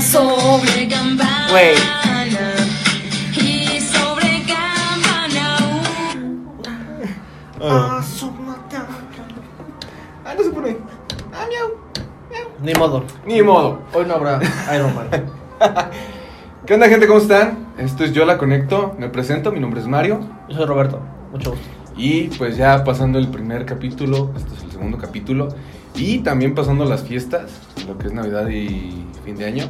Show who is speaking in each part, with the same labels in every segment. Speaker 1: sobre campana.
Speaker 2: Güey.
Speaker 1: Y sobre campana.
Speaker 3: Uh,
Speaker 4: Ah,
Speaker 5: Ah, no se pone. Ah, miau.
Speaker 4: ni modo.
Speaker 5: Ni modo.
Speaker 4: Hoy no habrá Iron Man.
Speaker 5: ¿Qué onda, gente? ¿Cómo están? Esto es Yo La Conecto. Me presento, mi nombre es Mario.
Speaker 4: Yo soy Roberto. Mucho gusto.
Speaker 5: Y pues ya pasando el primer capítulo, este es el segundo capítulo. Y también pasando las fiestas, lo que es Navidad y fin de año.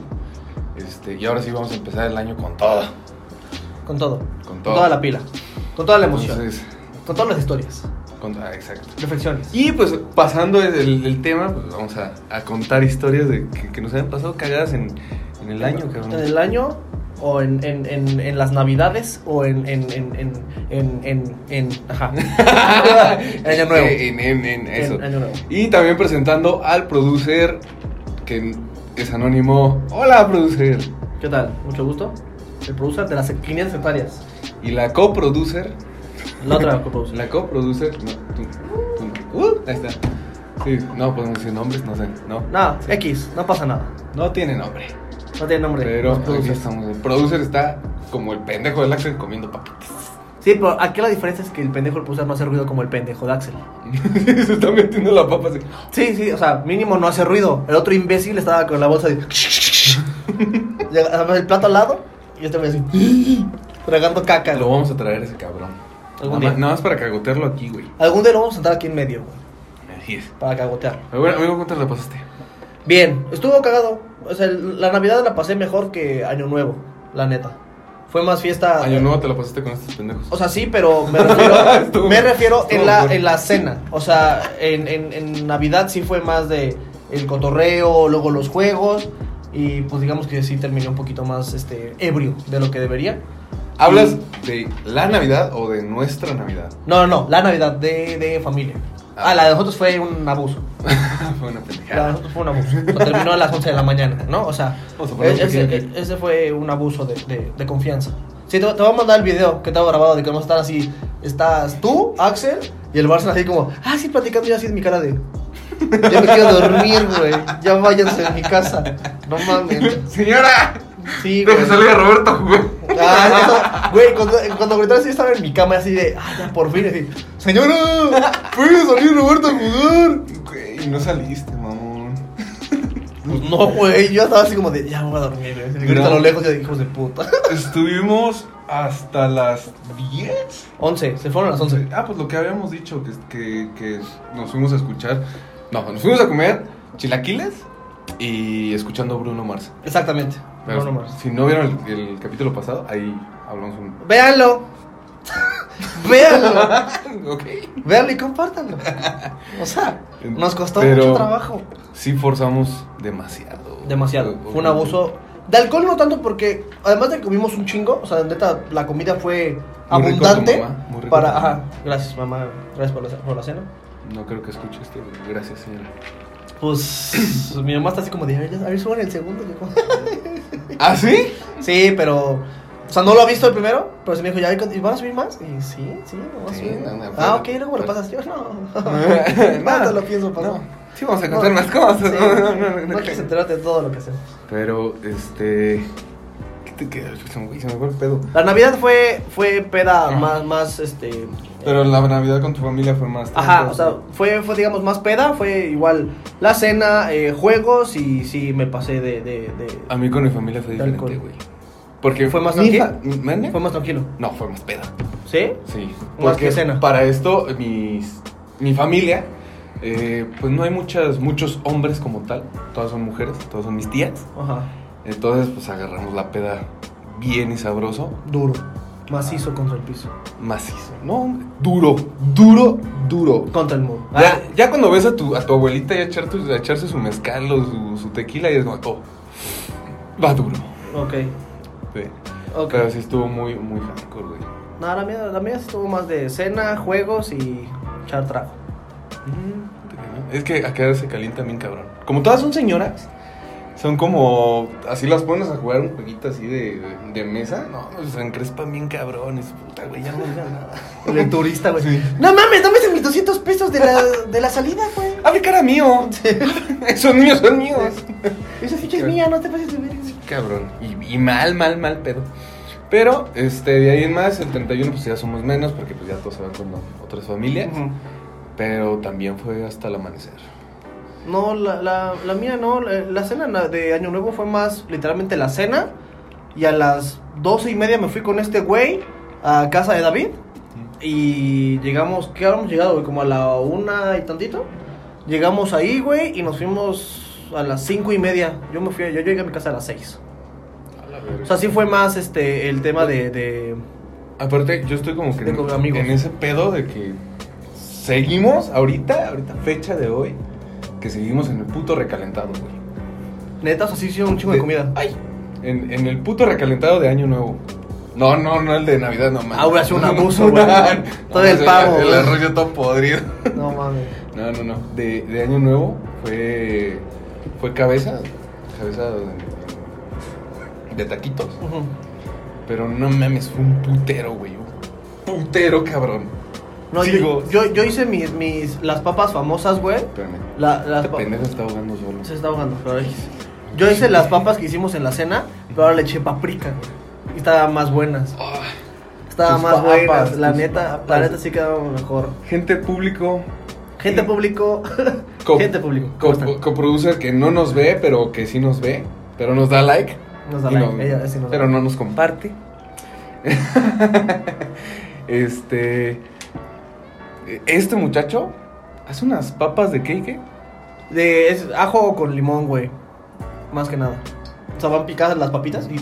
Speaker 5: Este, y ahora sí vamos a empezar el año con todo.
Speaker 4: Con todo.
Speaker 5: Con
Speaker 4: Con
Speaker 5: todo.
Speaker 4: toda la pila. Con toda la emoción.
Speaker 5: Entonces,
Speaker 4: Con todas las historias.
Speaker 5: con- ah, exacto.
Speaker 4: Reflexiones.
Speaker 5: Y pues pasando el, el- el tema, pues vamos a, a contar historias de que, que nos hayan pasado cagadas en, en el año, cabrón.
Speaker 4: En el año, o en, en, en, en las navidades, o en. en, en, en, en, en, en- ajá. En año nuevo.
Speaker 5: En, en- en eso.
Speaker 4: En año nuevo.
Speaker 5: Y también presentando al producer, que es anónimo. Hola, producer.
Speaker 4: ¿Qué tal? Mucho gusto. El producer de las 500 hectáreas.
Speaker 5: Y la coproducer.
Speaker 4: La otra coproducción.
Speaker 5: La coproducer. No, tú, tú no. Uh, ahí está. Sí, no podemos decir nombres, no sé. No,
Speaker 4: Nada, X, no pasa nada.
Speaker 5: no tiene nombre.
Speaker 4: No tiene nombre.
Speaker 5: Pero
Speaker 4: Los
Speaker 5: aquí
Speaker 4: producers.
Speaker 5: estamos. El producer está como el pendejo del Axel comiendo papitas.
Speaker 4: Sí, pero aquí la diferencia es que el pendejo del producer no hace ruido como el pendejo de Axel.
Speaker 5: Se está metiendo la papa así.
Speaker 4: Sí, sí, o sea, mínimo no hace ruido. El otro imbécil estaba con la bolsa de. Llega- además, el plato al lado y este me así. tragando caca.
Speaker 5: Lo vamos a traer a ese cabrón. Nada
Speaker 4: Algún
Speaker 5: más,
Speaker 4: día.
Speaker 5: nada más para cagotearlo aquí, güey.
Speaker 4: Algún día lo vamos a sentar aquí en medio, güey,
Speaker 5: Así es.
Speaker 4: para cagotearlo.
Speaker 5: Pero bueno, amigo, ¿cuánto la pasaste?
Speaker 4: Bien, estuvo cagado. O sea, el- la Navidad la pasé mejor que Año Nuevo, la neta. Fue más fiesta.
Speaker 5: Año nuevo te la pasaste con estos pendejos.
Speaker 4: Ah, eh. O sea, sí, pero me refiero,
Speaker 5: Estuvo-
Speaker 4: me refiero
Speaker 5: estuvo
Speaker 4: en, la,
Speaker 5: bueno.
Speaker 4: en la cena. O sea, en, en- en Navidad sí fue más de el cotorreo, luego los juegos. Y pues digamos que sí terminé un poquito más este, ebrio de lo que debería.
Speaker 5: ¿Hablas de la Navidad o de nuestra Navidad?
Speaker 4: No, no, no, la Navidad de, de familia. Ah, la de nosotros fue un abuso.
Speaker 5: Fue una
Speaker 4: La de
Speaker 5: pendejada.
Speaker 4: nosotros fue un abuso. O sea, terminó a las 11 de la mañana, ¿no? O sea,
Speaker 5: Vamos a poner un
Speaker 4: e- ese,
Speaker 5: pequeño clip.
Speaker 4: e- ese fue un abuso de, de- de confianza. Sí, te, te voy a mandar el video que te grabado de que vamos a estar así. Estás tú, Axel, y el Barça así como, ah, sí, platicando yo así en mi cara de. Ya me quiero dormir, güey. Ya váyanse de mi casa. No mames.
Speaker 5: ¡Señora!
Speaker 4: Sí,
Speaker 5: Deja
Speaker 4: güey.
Speaker 5: salir a Roberto a jugar.
Speaker 4: Ah, eso, güey, cuando, cuando gritaron así, yo estaba en mi cama así de, ah, ya por fin, así, señora, puede salir Roberto a jugar.
Speaker 5: Güey, no saliste, mamón.
Speaker 4: Pues no, güey, yo estaba así como de, ya me voy a dormir, güey. El grito
Speaker 5: No.
Speaker 4: a lo lejos, yo dije, hijos de puta.
Speaker 5: Estuvimos hasta las 10.
Speaker 4: 11, se fueron a las 11.
Speaker 5: Ah, pues lo que habíamos dicho, que, que, que nos fuimos a escuchar. No, nos fuimos a comer chilaquiles y escuchando Bruno Mars.
Speaker 4: Exactamente.
Speaker 5: Pero
Speaker 4: No, no más.
Speaker 5: Si no vieron el, el capítulo pasado, ahí hablamos un.
Speaker 4: Véanlo. Véanlo.
Speaker 5: ok.
Speaker 4: Véanlo y compártanlo. O sea, nos costó
Speaker 5: Pero-
Speaker 4: mucho trabajo.
Speaker 5: Sí, forzamos demasiado.
Speaker 4: Demasiado.
Speaker 5: O- o-
Speaker 4: Fue un abuso. De alcohol no tanto porque, además de que comimos un chingo, o sea, neta, la comida fue
Speaker 5: Muy rico tu
Speaker 4: abundante.
Speaker 5: mamá, muy rico tu
Speaker 4: para,
Speaker 5: mamá.
Speaker 4: ajá, gracias mamá, gracias por la, por la cena.
Speaker 5: No creo que escuche esto. güey. Gracias, señora.
Speaker 4: Pues mi mamá está así como de, a ver, ya- a ver, suban el segundo. que como".
Speaker 5: ¿Ah, sí?
Speaker 4: sí, pero, o sea, no lo ha visto el primero, pero se me dijo, ya, ¿y van a subir más? Y sí, sí, vamos a
Speaker 5: Sí,
Speaker 4: subir.
Speaker 5: no, no,
Speaker 4: ah,
Speaker 5: pero-
Speaker 4: ok,
Speaker 5: pues
Speaker 4: luego me lo pasas. Yo, no,
Speaker 5: Nada.
Speaker 4: no, te lo pienso, papá.
Speaker 5: No. Sí, vamos a contar más cosas.
Speaker 4: sí,
Speaker 5: No, no, no, no, no.
Speaker 4: quieres enterarte de todo lo que hacemos.
Speaker 5: Pero, este. ¿Qué te quedas? Se me se me fue el pedo.
Speaker 4: La Navidad fue, fue peda
Speaker 5: Ajá.
Speaker 4: más, más, este...
Speaker 5: Pero la Navidad con tu familia fue más.
Speaker 4: Ajá,
Speaker 5: tranca,
Speaker 4: o sea, fue, fue digamos más peda, fue igual la cena, eh, juegos y sí me pasé de... de, de-
Speaker 5: A mí con mi familia fue
Speaker 4: Tal
Speaker 5: diferente,
Speaker 4: cual.
Speaker 5: güey. Porque.
Speaker 4: ¿Fue más
Speaker 5: mi
Speaker 4: tranquila?
Speaker 5: fa- ¿Mande?
Speaker 4: Fue más tranquilo,
Speaker 5: No, fue más peda.
Speaker 4: ¿sí?
Speaker 5: Sí.
Speaker 4: Más
Speaker 5: Porque
Speaker 4: que cena.
Speaker 5: Para esto, mis, mi familia, eh, pues no hay muchas, muchos hombres como tal. Todas son mujeres, todas son mis tías.
Speaker 4: Ajá,
Speaker 5: Entonces, pues agarramos la peda bien y sabroso.
Speaker 4: duro,
Speaker 5: Ah.
Speaker 4: macizo contra el piso,
Speaker 5: Macizo. No, duro, duro, duro.
Speaker 4: contra el muro.
Speaker 5: Ya,
Speaker 4: Ah,
Speaker 5: ya cuando ves a tu, a tu abuelita ya echar tu- a echarse su mezcal o su, su tequila y es como, oh, va duro.
Speaker 4: ok,
Speaker 5: Sí.
Speaker 4: ok.
Speaker 5: Pero sí estuvo muy, muy hardcore, güey.
Speaker 4: No, la mía, la mía sí estuvo más de cena, juegos y echar trago.
Speaker 5: Es que acá se calienta bien cabrón. Como todas son señoras, son como. Así las pones a jugar un jueguito así de, de mesa. No, pues se encrespan bien cabrones. Puta, güey, ya no digan nada.
Speaker 4: El turista, güey.
Speaker 5: Sí.
Speaker 4: No mames, dame mis 200 pesos de la, de la salida, güey.
Speaker 5: Abre cara mío. Son míos, son míos.
Speaker 4: pues, Esa ficha es mía, no te pases de ver.
Speaker 5: Cabrón. Y, y mal, mal, mal pedo. Pero, este, de ahí en más, el 31 pues ya somos menos porque pues ya todos se van con otras familias. Pero también fue hasta el amanecer.
Speaker 4: No, la, la, la mía no. La, la cena na- de Año Nuevo fue más literalmente la cena. Y a las doce y media me fui con este güey a casa de David. Y llegamos, ¿qué habíamos llegado, güey? Como a la una y tantito. Llegamos ahí, güey, y nos fuimos a las cinco y media. Yo me fui, yo llegué a mi casa a las seis. O sea, sí fue más este el tema de. de-
Speaker 5: Aparte, yo estoy como que
Speaker 4: De
Speaker 5: en,
Speaker 4: con amigos.
Speaker 5: en ese pedo de que seguimos ahorita, ahorita fecha de hoy, que seguimos en el puto recalentado, güey.
Speaker 4: neta, o sea, sí hicieron un chingo de comida.
Speaker 5: Ay, en, en el puto recalentado de Año Nuevo. No, no, no el de Navidad, no mames.
Speaker 4: Ah, güey, hace un abuso, güey. Todo el
Speaker 5: mames,
Speaker 4: pavo,
Speaker 5: El,
Speaker 4: güey.
Speaker 5: arroyo todo podrido.
Speaker 4: No mames.
Speaker 5: No, no, no. De, de Año Nuevo fue. Fue cabeza. Cabeza de, de taquitos.
Speaker 4: Ujú.
Speaker 5: Pero no mames, fue un putero, güey. Un putero, cabrón.
Speaker 4: No,
Speaker 5: Digo-
Speaker 4: yo, yo, yo hice mis, mis. Las papas famosas, güey.
Speaker 5: Espérame.
Speaker 4: La- las
Speaker 5: Este
Speaker 4: pa-
Speaker 5: pendejo está ahogando solo.
Speaker 4: Se está ahogando, pero X. Yo hice las papas que hicimos en la cena, pero ahora le eché paprika. güey. Y estaban más buenas.
Speaker 5: Ah,
Speaker 4: Estaban
Speaker 5: Tus
Speaker 4: más
Speaker 5: papas,
Speaker 4: buenas. La
Speaker 5: tus
Speaker 4: neta,
Speaker 5: papas.
Speaker 4: la neta sí quedaba mejor.
Speaker 5: gente público.
Speaker 4: Gente público.
Speaker 5: co-
Speaker 4: gente público. ¿cómo
Speaker 5: co-
Speaker 4: están?
Speaker 5: coproducer que no nos ve, pero que sí nos ve. Pero nos da like.
Speaker 4: Nos da
Speaker 5: Y
Speaker 4: like.
Speaker 5: no-
Speaker 4: ella sí nos da
Speaker 5: pero
Speaker 4: like.
Speaker 5: no nos comparte. este. Este muchacho hace unas papas de cake. eh.
Speaker 4: De, es ajo con limón, güey. Más que nada. O sea, van picadas las papitas y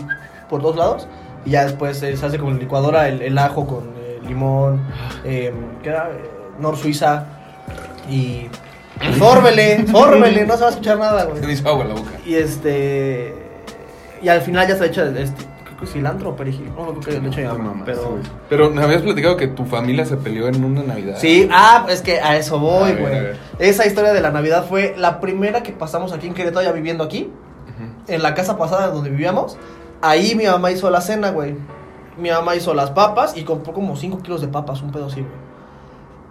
Speaker 4: por dos lados. Y ya después eh, se hace con licuadora el, el ajo con eh, limón. Eh, ¿Qué era? Eh, Nor Suiza. Y. Sórbele, sórbele, no se va a escuchar nada,
Speaker 5: Se me
Speaker 4: güey.
Speaker 5: hizo agua la boca.
Speaker 4: Y este. Y al final ya se echa este, creo que cilantro o perejil. No, no creo que le echa ya,
Speaker 5: Te mamaste,
Speaker 4: pero.
Speaker 5: güey. pero me habías platicado que tu familia se peleó en una Navidad.
Speaker 4: Sí, ah, es que a eso voy,
Speaker 5: A ver, a
Speaker 4: güey.
Speaker 5: ver.
Speaker 4: Esa historia de la Navidad fue la primera que pasamos aquí en Querétaro, ya viviendo aquí.
Speaker 5: Ujú.
Speaker 4: en la casa pasada donde vivíamos, ahí mi mamá hizo la cena, güey. Mi mamá hizo las papas y compró como 5 kilos de papas, un pedo así, güey.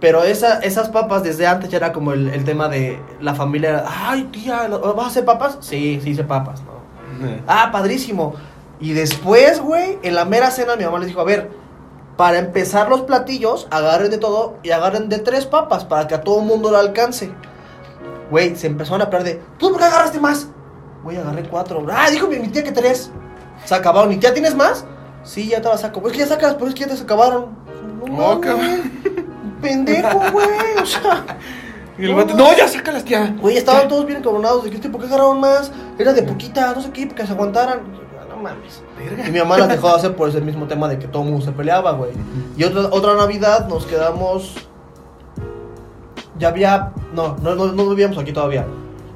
Speaker 4: Pero esa, esas papas desde antes ya era como el, el tema de la familia. era, Ay, tía, ¿lo- ¿vas a hacer papas? Sí, sí hice papas, ¿no? Ah, padrísimo. Y después, güey, en la mera cena mi mamá les dijo, a ver, para empezar los platillos, agarren de todo y agarren de tres papas para que a todo mundo lo alcance. Güey, se empezaron a hablar de, ¿tú por qué agarraste más? Güey, agarré cuatro. Ah, dijo mi, mi tía que tres. Se acabaron. ¿Y ya tienes más? Sí, ya te las saco. Es que ya sacas, pero es que ya te se acabaron. No,
Speaker 5: Oh,
Speaker 4: cabrón. Pendejo, güey. O sea,
Speaker 5: Y el vato, no, ya sácalas, tía.
Speaker 4: Güey, estaban todos bien cabronados de que este, ¿por qué agarraron más? Era de poquita, no sé qué, porque se aguantaran. "Ah, No mames. Y mi mamá las dejó de hacer por ese mismo tema de que todo el mundo se peleaba, güey. Y otra, otra Navidad nos quedamos. Ya había. No, no, no, no vivíamos aquí todavía.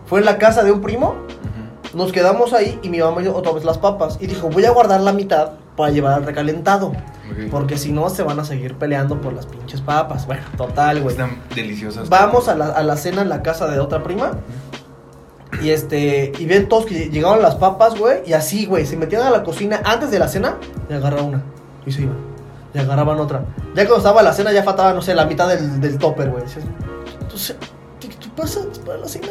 Speaker 4: Fue en la casa de un primo.
Speaker 5: Ujú.
Speaker 4: Nos quedamos ahí y mi mamá hizo otra vez las papas. Y dijo, voy a guardar la mitad para llevar al recalentado.
Speaker 5: Ok.
Speaker 4: Porque si no, se van a seguir peleando por las pinches papas. Bueno, total, güey.
Speaker 5: Están deliciosas.
Speaker 4: Vamos a la, a la cena en la casa de otra prima. Y este, y ven todos que llegaban las papas, güey. Y así, güey, se metían a la cocina antes de la cena y agarraban una. Y se iban. Y agarraban otra. Ya cuando estaba la cena, ya faltaba, no sé, la mitad del, del topper, güey. Decías, Entonces, ¿qué, qué pasa para la cena?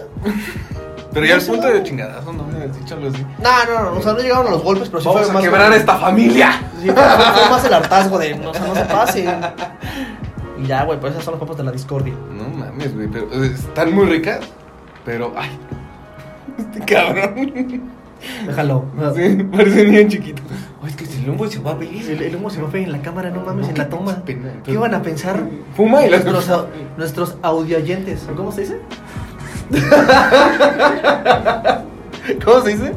Speaker 5: Pero ya al punto de chingadazo, no me habías dicho algo así.
Speaker 4: No, no, no, o sea, no llegaron a los golpes, pero sí
Speaker 5: Vamos
Speaker 4: fue
Speaker 5: a
Speaker 4: más.
Speaker 5: quebrar esta familia.
Speaker 4: Sí, fue, fue más el hartazgo de, o sea, no se pase. Y ya, güey, pues esas son las papas de la discordia.
Speaker 5: No mames, güey, pero eh, están muy ricas, pero ay. Este cabrón.
Speaker 4: Déjalo.
Speaker 5: Sí, parece un niño chiquito. Ay, Ah. Oh, es que si el lumbo se va a
Speaker 4: El, el humo se va a pegar en la cámara, no mames, en la toma.
Speaker 5: Pena.
Speaker 4: ¿Qué van a pensar
Speaker 5: Fuma y las
Speaker 4: nuestros, au- nuestros audioyentes? ¿Cómo se dice? ¿Cómo se dice?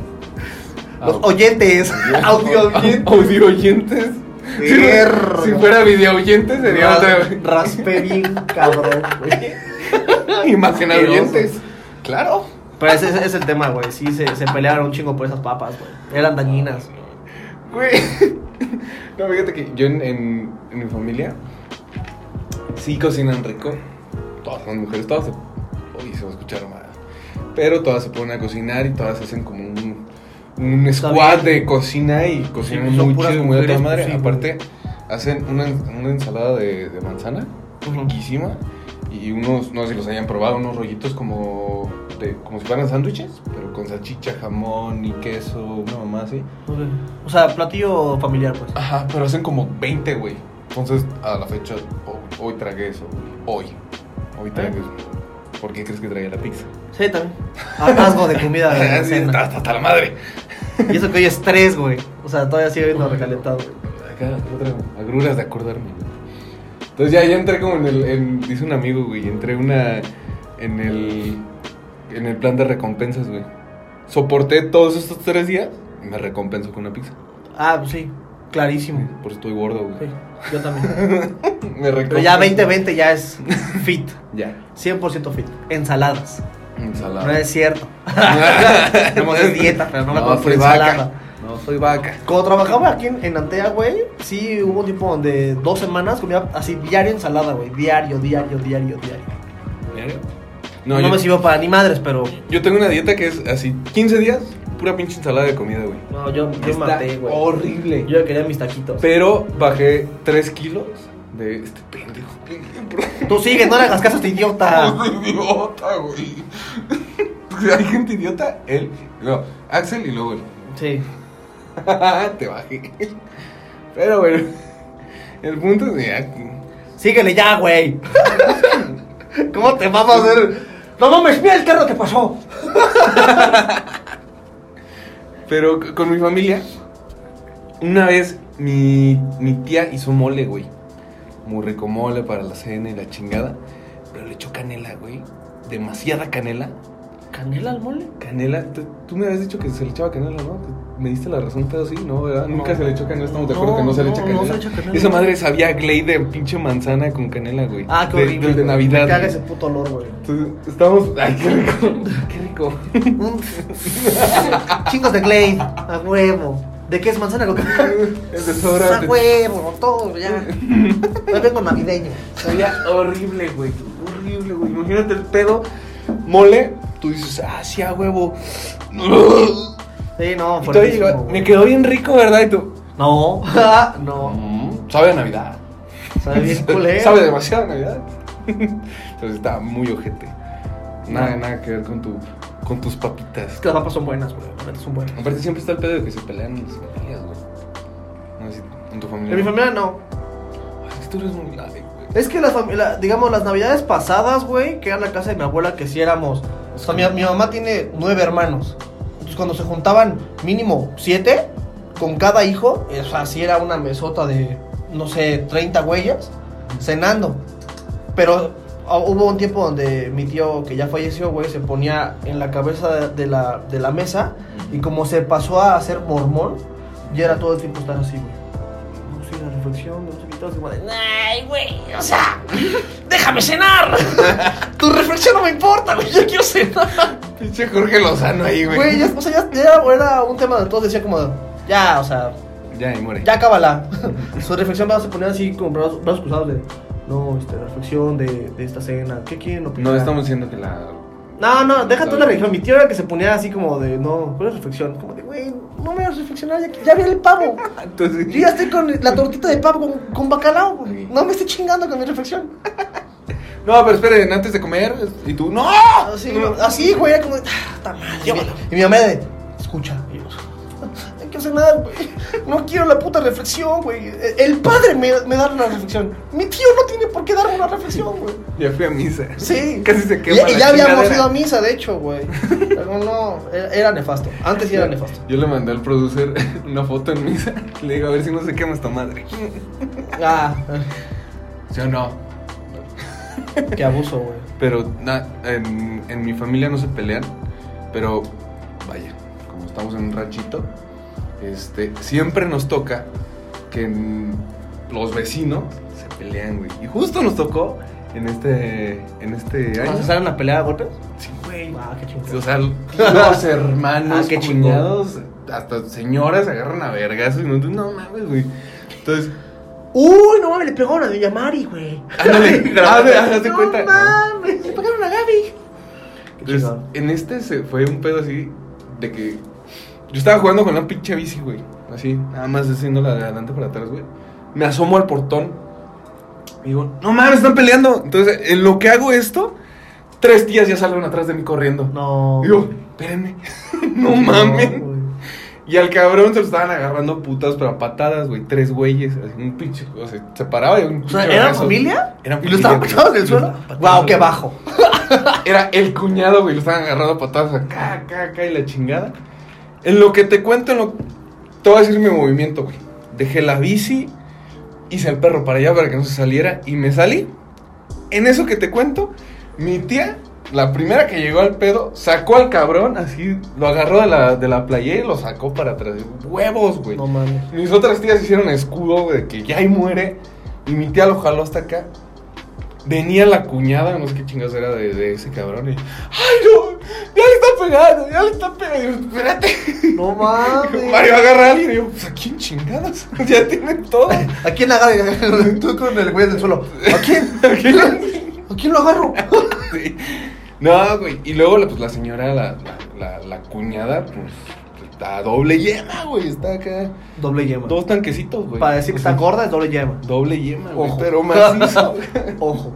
Speaker 4: Los
Speaker 5: Au-
Speaker 4: oyentes. Audio oyentes.
Speaker 5: Audio oyentes. Si,
Speaker 4: Perro.
Speaker 5: si fuera video oyentes sería otra.
Speaker 4: Raspe bien, cabrón, güey.
Speaker 5: Imagen
Speaker 4: Asqueroso.
Speaker 5: oyentes. Claro.
Speaker 4: Pero ese, ese es el tema, güey. Sí, se, se pelearon un chingo por esas papas, güey. Eran dañinas.
Speaker 5: Güey. No, fíjate que yo en, en- en mi familia sí cocinan rico. Todas las mujeres, todas se. Uy, se va a escuchar mal. Pero todas se ponen a cocinar y todas hacen como un, un
Speaker 4: Está
Speaker 5: squad
Speaker 4: bien.
Speaker 5: de cocina y cocinan
Speaker 4: pues son
Speaker 5: muy
Speaker 4: puras
Speaker 5: chido, muy de toda
Speaker 4: mujeres,
Speaker 5: madre.
Speaker 4: pues sí, güey.
Speaker 5: Aparte, hacen una, una ensalada de, de manzana
Speaker 4: Ujú.
Speaker 5: riquísima Y unos, no sé si los hayan probado, unos rollitos como de, como si fueran sándwiches, pero con salchicha, jamón y queso, una mamá así.
Speaker 4: O sea, platillo familiar, pues.
Speaker 5: Ajá, pero hacen como 20, güey. Entonces, a la fecha, ho- hoy tragué eso, güey. Hoy.
Speaker 4: ¿Eh?
Speaker 5: Hoy tragué eso. ¿Por qué crees que traía la pizza?
Speaker 4: Sí, también. Atasgo de comida. de
Speaker 5: Así está,
Speaker 4: cena.
Speaker 5: hasta, hasta la madre.
Speaker 4: Y eso que hoy es tres, güey. O sea, todavía sigue viendo recalentado. güey.
Speaker 5: Acá, otra, agruras de acordarme. Entonces ya, ya entré como en el, en- dice un amigo, güey, entré una, en el, en el plan de recompensas, güey. Soporté todos estos tres días y me recompenso con una pizza.
Speaker 4: Ah, pues sí, clarísimo.
Speaker 5: Por eso estoy gordo, güey.
Speaker 4: Sí, yo también.
Speaker 5: Me
Speaker 4: Pero ya
Speaker 5: recompenso.
Speaker 4: 2020 ya es fit.
Speaker 5: Ya.
Speaker 4: 100% fit. Ensaladas.
Speaker 5: Ensalada.
Speaker 4: No es cierto. No es dieta, pero no me acuerdo
Speaker 5: soy
Speaker 4: por
Speaker 5: vaca.
Speaker 4: ensalada.
Speaker 5: No soy vaca.
Speaker 4: Cuando trabajaba aquí en, en Antea, güey, sí hubo un tiempo donde dos semanas comía así diario ensalada, güey. Diario, diario, diario, diario. No,
Speaker 5: No, yo,
Speaker 4: me sirvió para ni madres, pero.
Speaker 5: yo tengo una dieta que es así, 15 días, pura pinche ensalada de comida, güey.
Speaker 4: No, yo, yo
Speaker 5: Está
Speaker 4: maté, güey.
Speaker 5: horrible.
Speaker 4: Yo ya quería mis taquitos.
Speaker 5: Pero bajé 3 kilos de este pendejo.
Speaker 4: Tú sigues, no le hagas caso a este idiota.
Speaker 5: Soy idiota, güey. Hay gente idiota, él, no, Axel y luego él.
Speaker 4: Sí.
Speaker 5: Te bajé. Pero bueno, el punto es que
Speaker 4: Síguele ya, güey. ¿Cómo te vamos a hacer? No mames, mira el carro que pasó.
Speaker 5: Pero c- con mi familia, una vez mi, mi tía hizo mole, güey. Muy rico mole para la cena y la chingada. Pero le echó canela, güey. Demasiada canela.
Speaker 4: ¿Canela al mole?
Speaker 5: Canela, t- tú me habías dicho que se le echaba canela, ¿no? Te- Me diste la razón, pero sí, ¿no? ¿verdad? Nunca
Speaker 4: No.
Speaker 5: se le echó canela, estamos de acuerdo que no se le echa
Speaker 4: No, no,
Speaker 5: canela.
Speaker 4: no se le echa canela.
Speaker 5: Esa madre sabía a Glade de pinche manzana con canela, güey.
Speaker 4: Ah, qué
Speaker 5: De-
Speaker 4: horrible.
Speaker 5: Del de
Speaker 4: güey.
Speaker 5: Navidad.
Speaker 4: Me caga
Speaker 5: güey.
Speaker 4: ese puto olor, güey.
Speaker 5: Entonces, estamos. ¡Ay, qué rico! ¡Qué rico!
Speaker 4: Chicos de Glade, a huevo. ¿De qué es manzana con
Speaker 5: El desodorante.
Speaker 4: A huevo, todo, ya. Hoy vengo navideño.
Speaker 5: Sabía horrible, güey. Horrible, güey. Imagínate el pedo. Mole, tú dices, ah, sí, a huevo.
Speaker 4: Sí, no,
Speaker 5: Y todavía
Speaker 4: fuertísimo,
Speaker 5: llegó,
Speaker 4: Ah, güey.
Speaker 5: me quedó bien rico, ¿verdad? Y tú.
Speaker 4: No, ah, no.
Speaker 5: "Mm, sabe a Navidad.
Speaker 4: Sabe bien culero.
Speaker 5: Sabe demasiado a Navidad. Entonces está muy ojete.
Speaker 4: Ah.
Speaker 5: Nada, nada que ver con, tu, con tus papitas.
Speaker 4: Es que las papas son buenas, güey. la neta son buenas.
Speaker 5: Aparte, siempre está el pedo de que se pelean en las familias, güey. No sé si en tu familia.
Speaker 4: En mi familia no.
Speaker 5: Ay, es que tú eres muy grave, güey.
Speaker 4: Es que las fami- la- digamos, las navidades pasadas, güey, que era la casa de mi abuela, que si éramos. O sea, mi, mi mamá tiene nueve hermanos. Entonces, cuando se juntaban mínimo siete con cada hijo, eh, o sea, si era una mesota de, no sé, 30 huellas, cenando. Pero ah, hubo un tiempo donde mi tío, que ya falleció, güey, se ponía en la cabeza de, de la, de la mesa y como se pasó a hacer mormón, ya era todo el tiempo estar así, güey. No sé, la reflexión de los invitados, como de,
Speaker 1: Ay, güey, o sea,
Speaker 4: ¡Déjame cenar! tu reflexión no me importa, güey. Yo quiero cenar.
Speaker 5: Pinche Jorge Lozano ahí, güey.
Speaker 4: Güey, ya, o sea, ya, ya era un tema de todos. Decía como, ya, o sea,
Speaker 5: Ya, y muere.
Speaker 4: ya cábala. Su reflexión vas a poner así con brazos, brazos cruzados de, no, este, reflexión de, de esta cena. ¿Qué quieren opinar?
Speaker 5: No estamos diciendo que la.
Speaker 4: No, no, déjate una religión. Mi tío era que se ponía así como de, no, ¿cuál es reflexión? Como de, güey, no me hagas reflexionar, ya, ya vi el pavo.
Speaker 5: Entonces,
Speaker 4: Yo ya estoy con la tortita de pavo con, con bacalao, güey.
Speaker 5: Ok.
Speaker 4: No me esté chingando con mi reflexión.
Speaker 5: No, pero esperen, antes de comer. Y tú, ¡No!
Speaker 4: Así,
Speaker 5: No.
Speaker 4: así, güey, era como, "Ah, ta madre". Y mi- Y mi mamá de, escucha, y yo, no quiero cenar, güey. No quiero la puta reflexión, güey. El padre me, me da una reflexión. Mi tío no tiene por qué darme una reflexión, güey.
Speaker 5: Ya fui a misa.
Speaker 4: Sí.
Speaker 5: Casi se
Speaker 4: Y,
Speaker 5: quema.
Speaker 4: ya- y
Speaker 5: la
Speaker 4: ya habíamos
Speaker 5: chingadera.
Speaker 4: ido a misa, de hecho, güey. Pero no, era, era nefasto. Antes sí era nefasto.
Speaker 5: Yo le mandé al producer una foto en misa. Le digo, a ver si no se quema esta madre.
Speaker 4: Ah,
Speaker 5: ¿Sí o no?
Speaker 4: qué abuso, güey.
Speaker 5: Pero na- en, en mi familia no se pelean. Pero vaya, como estamos en un ranchito, este, siempre nos toca que en- los vecinos se pelean, güey. Y justo nos tocó en este, en este año.
Speaker 4: ¿Se salen a pelear a golpes?
Speaker 5: Sí, güey.
Speaker 4: Ah, qué
Speaker 5: O
Speaker 4: chingón.
Speaker 5: sea, los hermanos,
Speaker 4: Ah, qué
Speaker 5: cuñados, hasta señoras se agarran a vergas y no, no mames, güey. Entonces,
Speaker 4: Uy, no mames, le pegaron a Doña Mari, güey.
Speaker 5: ándale, hazte hazte
Speaker 4: no
Speaker 5: cuenta.
Speaker 4: mames, le pegaron a Gaby. Qué
Speaker 5: Entonces,
Speaker 4: chingón.
Speaker 5: en este se fue un pedo así de que yo estaba jugando con una pinche bici, güey. Así, nada más haciendo la de adelante para atrás, güey. Me asomo al portón Y digo, no mames, están peleando. Entonces, en lo que hago esto, tres tías ya salen atrás de mí corriendo.
Speaker 4: No.
Speaker 5: Y yo, espérenme. no mames.
Speaker 4: güey.
Speaker 5: Y al cabrón se lo estaban agarrando a putas, pero a patadas, güey. Tres güeyes, así, un pinche. O sea, se paraba y un
Speaker 4: O sea,
Speaker 5: pinche
Speaker 4: ¿eran
Speaker 5: abrazo.
Speaker 4: familia?
Speaker 5: Eran
Speaker 4: ¿Y
Speaker 5: familia,
Speaker 4: lo estaban
Speaker 5: güey.
Speaker 4: patados en el
Speaker 5: Lo
Speaker 4: suelo?
Speaker 5: estaban patadas,
Speaker 4: Wow, qué
Speaker 5: güey.
Speaker 4: bajo.
Speaker 5: Era el cuñado, güey. Lo estaban agarrando a patadas acá, acá, acá y la chingada. En lo que te cuento, en lo... te voy a decir mi movimiento, güey. Dejé la bici, hice el perro para allá para que no se saliera y me salí. En eso que te cuento, mi tía, la primera que llegó al pedo, sacó al cabrón así, lo agarró de la, de la playera y lo sacó para atrás. Huevos, güey.
Speaker 4: No mames.
Speaker 5: Mis otras tías hicieron escudo güey, de que ya ahí muere. Y mi tía lo jaló hasta acá. Venía la cuñada, no sé qué chingas era de, de ese cabrón. Y, ¡Ay, no! ¡Ya le está pegando! ¡Ya le está pegando! Y yo, Espérate.
Speaker 4: No
Speaker 5: Dijo,
Speaker 4: mames.
Speaker 5: Mario agarra a alguien. Y yo, pues aquí en chingadas. Ya tienen todo.
Speaker 4: ¿A quién agarro? Tú con el güey del suelo. ¿A quién?
Speaker 5: ¿A quién le-
Speaker 4: ¿A quién lo agarro?
Speaker 5: Sí. No, güey. Y luego, pues la señora, la, la, la- la cuñada, pues. A doble yema, güey. Está acá.
Speaker 4: Doble yema.
Speaker 5: Dos tanquecitos, güey.
Speaker 4: Para decir que está gorda es doble yema.
Speaker 5: Doble yema, güey.
Speaker 4: Ojo.
Speaker 5: Pero macizo.
Speaker 4: Ojo.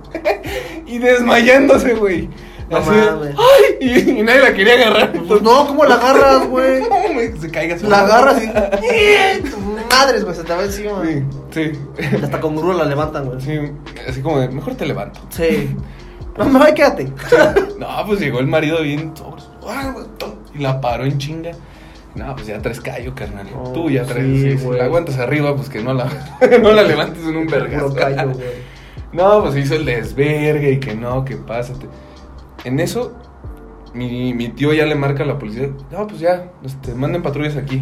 Speaker 5: Y desmayándose, güey.
Speaker 4: No
Speaker 5: Así,
Speaker 4: mames.
Speaker 5: ¡Ay! Y, y nadie la quería agarrar.
Speaker 4: Pues no, ¿cómo la agarras, güey?
Speaker 5: No, güey, se caiga su
Speaker 4: La
Speaker 5: mano.
Speaker 4: agarras y. ¡Tu Madres, güey, se te va encima.
Speaker 5: Sí, sí.
Speaker 4: Hasta con grúa la levantan, güey.
Speaker 5: Sí, así como de, mejor te levanto.
Speaker 4: Sí. No, me voy, quédate.
Speaker 5: No, pues llegó el marido bien sobre- ¡Ah, güey! Y la paró en chinga. No, pues ya tres callo, carnal.
Speaker 4: No,
Speaker 5: Tú ya
Speaker 4: Oh, sí,
Speaker 5: tres. sí, si
Speaker 4: güey.
Speaker 5: la aguantas arriba, pues que no la, no la levantes en un vergazo.
Speaker 4: Puro callo, güey.
Speaker 5: No, pues hizo el desvergue y que no, que pásate. En eso, mi, mi tío ya le marca a la policía. No, pues ya, este, manden patrullas aquí.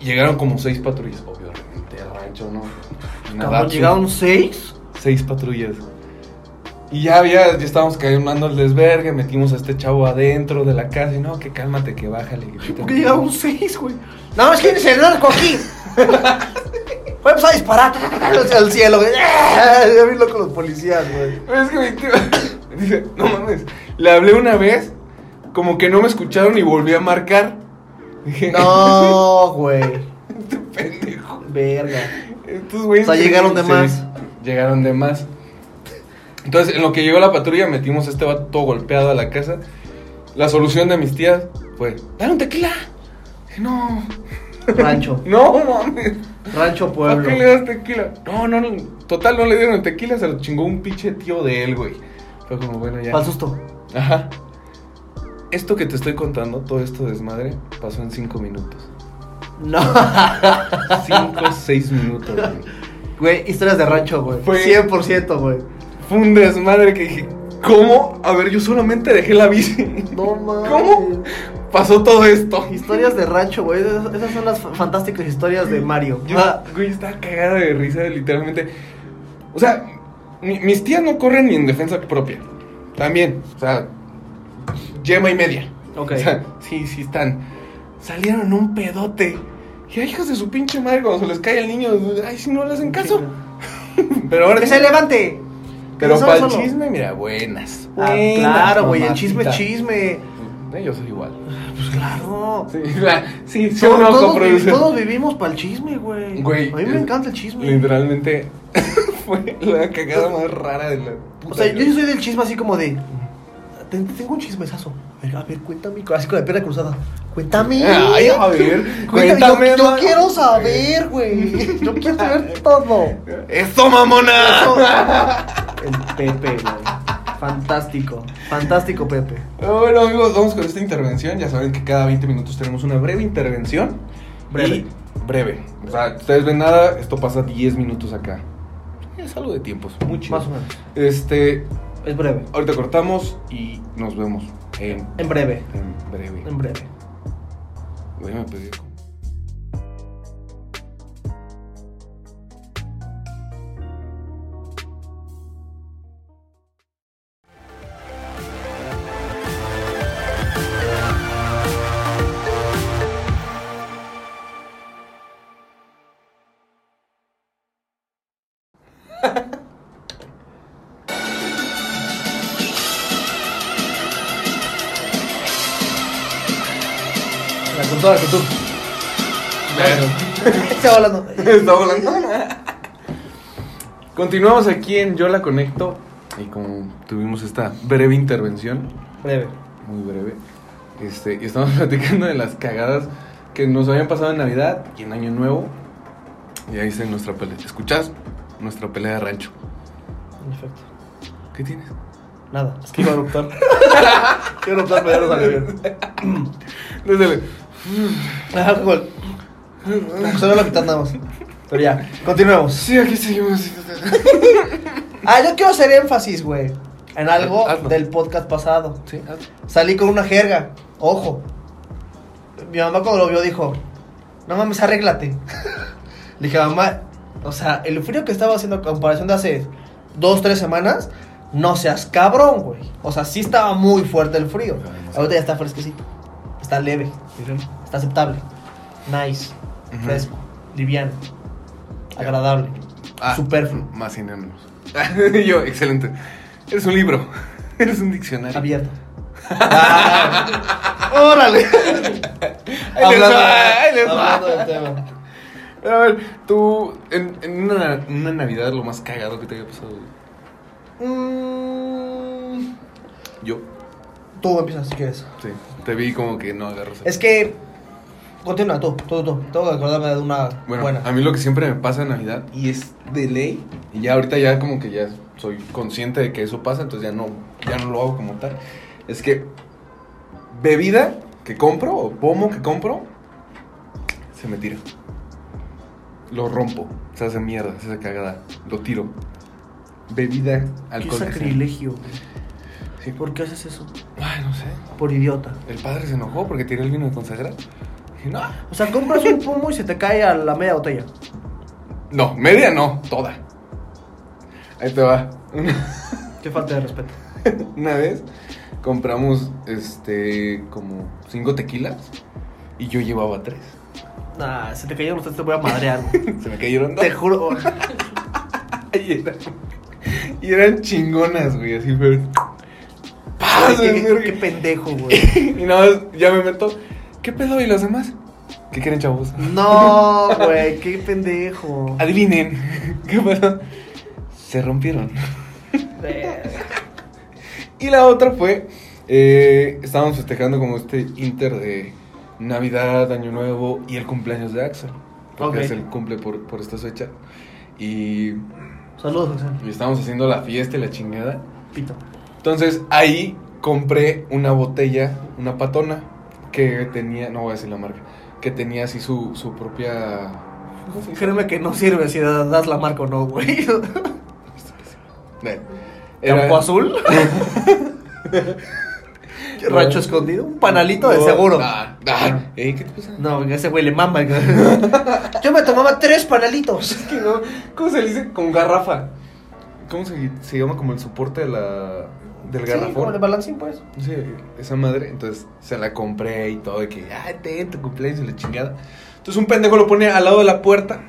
Speaker 5: Llegaron como seis patrullas, obviamente, al rancho, ¿no?
Speaker 4: Cabrón,
Speaker 5: Nada,
Speaker 4: llegaron seis.
Speaker 5: Seis patrullas. Y ya había, ya estábamos calmando el desvergue, metimos a este chavo adentro de la casa y no, que cálmate, que bájale. que
Speaker 4: ¿Por qué llegaron seis, güey? Nada más quién es el narco aquí. Voy a empezar a disparar hacia el cielo, güey. Ya vi loco los policías, güey.
Speaker 5: Es que mi tío dice, no mames, le hablé una vez, como que no me escucharon y volví a marcar. Dije,
Speaker 4: No, güey.
Speaker 5: este pendejo.
Speaker 4: Verga.
Speaker 5: Estos güeyes.
Speaker 4: O sea, llegaron de
Speaker 5: sí,
Speaker 4: más.
Speaker 5: Llegaron de más. Entonces, en lo que llegó la patrulla, metimos a este vato todo golpeado a la casa. La solución de mis tías fue, dale un tequila. Dije, no,
Speaker 4: Rancho.
Speaker 5: no mames.
Speaker 4: Rancho
Speaker 5: ¿Para
Speaker 4: pueblo.
Speaker 5: qué le das tequila? No, no, no. Total, no le dieron el tequila, se lo chingó un pinche tío de él, güey. Fue como, bueno, ya.
Speaker 4: Pa'l susto.
Speaker 5: Ajá. Esto que te estoy contando, todo esto desmadre, pasó en 5 minutos.
Speaker 4: No.
Speaker 5: 5, 6 minutos, güey.
Speaker 4: Güey, historias de rancho, güey.
Speaker 5: Fue-
Speaker 4: 100%, güey.
Speaker 5: Fue un desmadre que dije, ¿cómo? A ver, yo solamente dejé la bici.
Speaker 4: No mames.
Speaker 5: ¿Cómo pasó todo esto?
Speaker 4: Historias de rancho, güey. Esas, esas son las fa- fantásticas historias de Mario.
Speaker 5: Yo,
Speaker 4: Ah,
Speaker 5: güey, estaba cagada de risa, literalmente. O sea, mi- mis tías no corren ni en defensa propia. También, o sea, yema y media.
Speaker 4: ok.
Speaker 5: O sea, sí, sí están. Salieron en un pedote. Y ay, hijos de su pinche madre, cuando se les cae el niño, ay, si no le hacen caso. Pero ahora
Speaker 4: ¡Que
Speaker 5: sí.
Speaker 4: se levante!
Speaker 5: Pero
Speaker 4: Que no
Speaker 5: para el
Speaker 4: solo-
Speaker 5: chisme, mira, buenas.
Speaker 4: Ah,
Speaker 5: Buenas,
Speaker 4: claro, güey, el
Speaker 5: mamacita.
Speaker 4: chisme es chisme.
Speaker 5: Eh, Yo soy igual.
Speaker 4: Pues claro.
Speaker 5: Sí, la- sí, sí,
Speaker 4: Todos,
Speaker 5: uno
Speaker 4: todos vi-
Speaker 5: coproduce.
Speaker 4: todos vivimos para el chisme, güey.
Speaker 5: Güey, eh,
Speaker 4: A mí me
Speaker 5: es-
Speaker 4: encanta el chisme.
Speaker 5: Literalmente fue la cagada más rara de la puta.
Speaker 4: O sea, yo
Speaker 5: vida.
Speaker 4: sí soy del chisme así como de. "Ten- Tengo un chismesazo. A ver, a ver, cuéntame. Así con la pierna cruzada. Cuéntame.
Speaker 5: Ay, a ver,
Speaker 4: Cuéntame,
Speaker 5: cuéntame,
Speaker 4: yo, yo
Speaker 5: ma-
Speaker 4: quiero saber, güey. Yo quiero saber todo.
Speaker 5: ¡Eso, mamona!
Speaker 4: El Pepe, güey. Fantástico. Fantástico, Pepe.
Speaker 5: Pero Bueno, amigos, vamos con esta intervención. Ya saben que cada 20 minutos tenemos una breve intervención.
Speaker 4: Breve.
Speaker 5: Y breve. O sea, ustedes ven nada, esto pasa 10 minutos acá. Es algo de tiempos, muy chido.
Speaker 4: Más o menos.
Speaker 5: Este,
Speaker 4: Es breve.
Speaker 5: ahorita cortamos y nos vemos en,
Speaker 4: En breve.
Speaker 5: en breve.
Speaker 4: En breve.
Speaker 5: Güey, me pedí-
Speaker 4: La cultura, la cultura.
Speaker 5: Claro.
Speaker 4: Estaba hablando.
Speaker 5: Está volando. Continuamos aquí en Yo la Conecto. Y como tuvimos esta breve intervención,
Speaker 4: Breve.
Speaker 5: muy breve, este, y estamos platicando de las cagadas que nos habían pasado en Navidad y en Año Nuevo. Y ahí está nuestra pelea. ¿Escuchas? Nuestra pelea de rancho.
Speaker 4: En efecto.
Speaker 5: ¿Qué tienes?
Speaker 4: Nada. Es que iba a eruptar. Quiero eruptar, pero ya no salió bien.
Speaker 5: Desde
Speaker 4: Ajá, como el- Solo la mitad nada más. Pero ya, continuemos.
Speaker 5: Sí, aquí seguimos.
Speaker 4: Ah, yo quiero hacer énfasis, güey. En algo
Speaker 5: Hazlo.
Speaker 4: del podcast pasado.
Speaker 5: Sí, haz.
Speaker 4: Salí con una jerga. Ojo. Mi mamá cuando lo vio dijo, no mames, arréglate. Le dije, mamá, o sea, el frío que estaba haciendo a comparación de hace dos, tres semanas, no seas cabrón, güey. O sea, sí estaba muy fuerte el frío. Ahorita ya está fresquecito. Está leve. Está aceptable. Nice.
Speaker 5: Ujú.
Speaker 4: Fresco. Liviano. Agradable.
Speaker 5: Ah.
Speaker 4: Superfluo.
Speaker 5: Más sin ánimos. Yo, excelente. Eres un libro. Eres un diccionario.
Speaker 4: Abierto. Ah, ¡Órale!
Speaker 5: Ahí les va, ahí les va.
Speaker 4: hablando del tema.
Speaker 5: Pero a ver, tú, en, en una, una Navidad, lo más cagado que te haya pasado. güey.
Speaker 4: Mm,
Speaker 5: Yo,
Speaker 4: tú empiezas, si quieres.
Speaker 5: sí. Te vi como que no agarras. el-
Speaker 4: Es que. Continúa tú, tú, tú. Tengo que acordarme de una
Speaker 5: Bueno,
Speaker 4: buena.
Speaker 5: a mí lo que siempre me pasa en Navidad y es de ley. Y ya ahorita ya como que ya soy consciente de que eso pasa, entonces ya no, ya no lo hago como tal. Es que bebida que compro o pomo que compro se me tira. Lo rompo, se hace mierda, se hace cagada, lo tiro. Bebida,
Speaker 4: Qué
Speaker 5: alcohol. que sea.
Speaker 4: sacrilegio.
Speaker 5: Sí.
Speaker 4: ¿Por qué haces eso?
Speaker 5: Ay, no sé.
Speaker 4: Por idiota.
Speaker 5: El padre se enojó porque tiré el vino de consagrado. Dije, no.
Speaker 4: O sea, compras un pomo y se te cae a la media botella.
Speaker 5: No, media no, toda. Ahí te va.
Speaker 4: Qué falta de respeto.
Speaker 5: Una vez compramos este como cinco tequilas y yo llevaba tres.
Speaker 4: Nah, se te cayeron ustedes, te voy a madrear. güey.
Speaker 5: Se me cayeron dos.
Speaker 4: te juro.
Speaker 5: Y, eran, y eran chingonas, güey, así pero. ¡Pah!
Speaker 4: Ay,
Speaker 5: Se
Speaker 4: qué,
Speaker 5: me
Speaker 4: qué- qué
Speaker 5: surge.
Speaker 4: pendejo, güey.
Speaker 5: Y nada más ya me meto. ¿Qué pedo? ¿Y los demás? ¿Qué quieren, chavos?
Speaker 4: No, güey, qué pendejo.
Speaker 5: Adivinen. ¿Qué pasó? Se rompieron. Y la otra fue, eh, estábamos festejando como este inter de Navidad, Año Nuevo y el cumpleaños de Axel. Porque
Speaker 4: Ok.
Speaker 5: es el cumple por, por esta fecha. Y,
Speaker 4: Saludos, Axel.
Speaker 5: y estábamos haciendo la fiesta y la chingada.
Speaker 4: Pito.
Speaker 5: Entonces ahí compré una botella, una patona, que tenía, no voy a decir la marca, que tenía así su, su propia... ¿cómo se dice?
Speaker 4: Créeme que no sirve si das la marca o no, güey.
Speaker 5: Eh, era-
Speaker 4: ¿Campo azul? ¿Rancho escondido? ¿Un panalito de
Speaker 5: No,
Speaker 4: seguro?
Speaker 5: ah, ah, eh, ¿Qué te pasa?
Speaker 4: No, venga, ese güey le mama. Yo me tomaba tres panalitos.
Speaker 5: que no. ¿Cómo se le dice? Con garrafa. ¿Cómo se, se llama como el soporte de la, del
Speaker 4: Sí, como de
Speaker 5: garrafón?
Speaker 4: balancín, pues.
Speaker 5: Sí, esa madre. Entonces se la compré y todo. Y que, ay, ten tu cumpleaños y la chingada. Entonces un pendejo lo pone al lado de la puerta.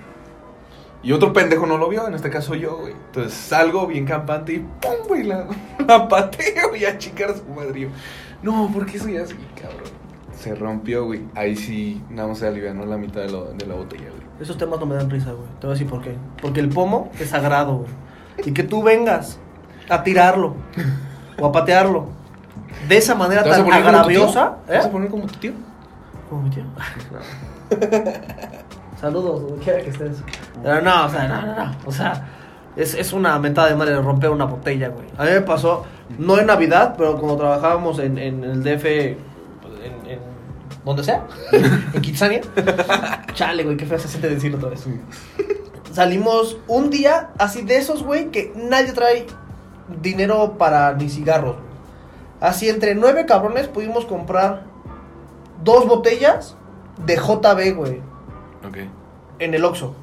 Speaker 5: Y otro pendejo no lo vio, en este caso yo, güey. Entonces salgo bien campante y ¡pum! güey, la, la pateo y a chingar a su madre. Y yo, No, porque eso ya es cabrón. Se rompió, güey. Ahí sí, nada más se alivianó la mitad de, lo- de la botella, güey.
Speaker 4: Esos temas no me dan risa, güey. Te voy a decir por qué. Porque el pomo es sagrado, güey. Y que tú vengas a tirarlo o a patearlo de esa manera
Speaker 5: ¿Te vas a
Speaker 4: tan
Speaker 5: poner como tu tío?
Speaker 4: agraviosa.
Speaker 5: ¿Te
Speaker 4: ¿eh?
Speaker 5: vas a poner como tu tío?
Speaker 4: ¿Cómo mi tío? Saludos, donde quiera que estés. Pero no, o sea, no, no, no. O sea, es, es una mentada de madre romper una botella, güey. A mí me pasó, no en Navidad, pero cuando trabajábamos en, en el DF, en, en donde sea, en Kitsania. Chale, güey, qué feo se siente decirlo todo eso. Salimos un día así de esos, güey, que nadie trae dinero para ni cigarros. güey. Así entre nueve cabrones pudimos comprar dos botellas de JB, güey,
Speaker 5: Ok.
Speaker 4: en el Oxxo.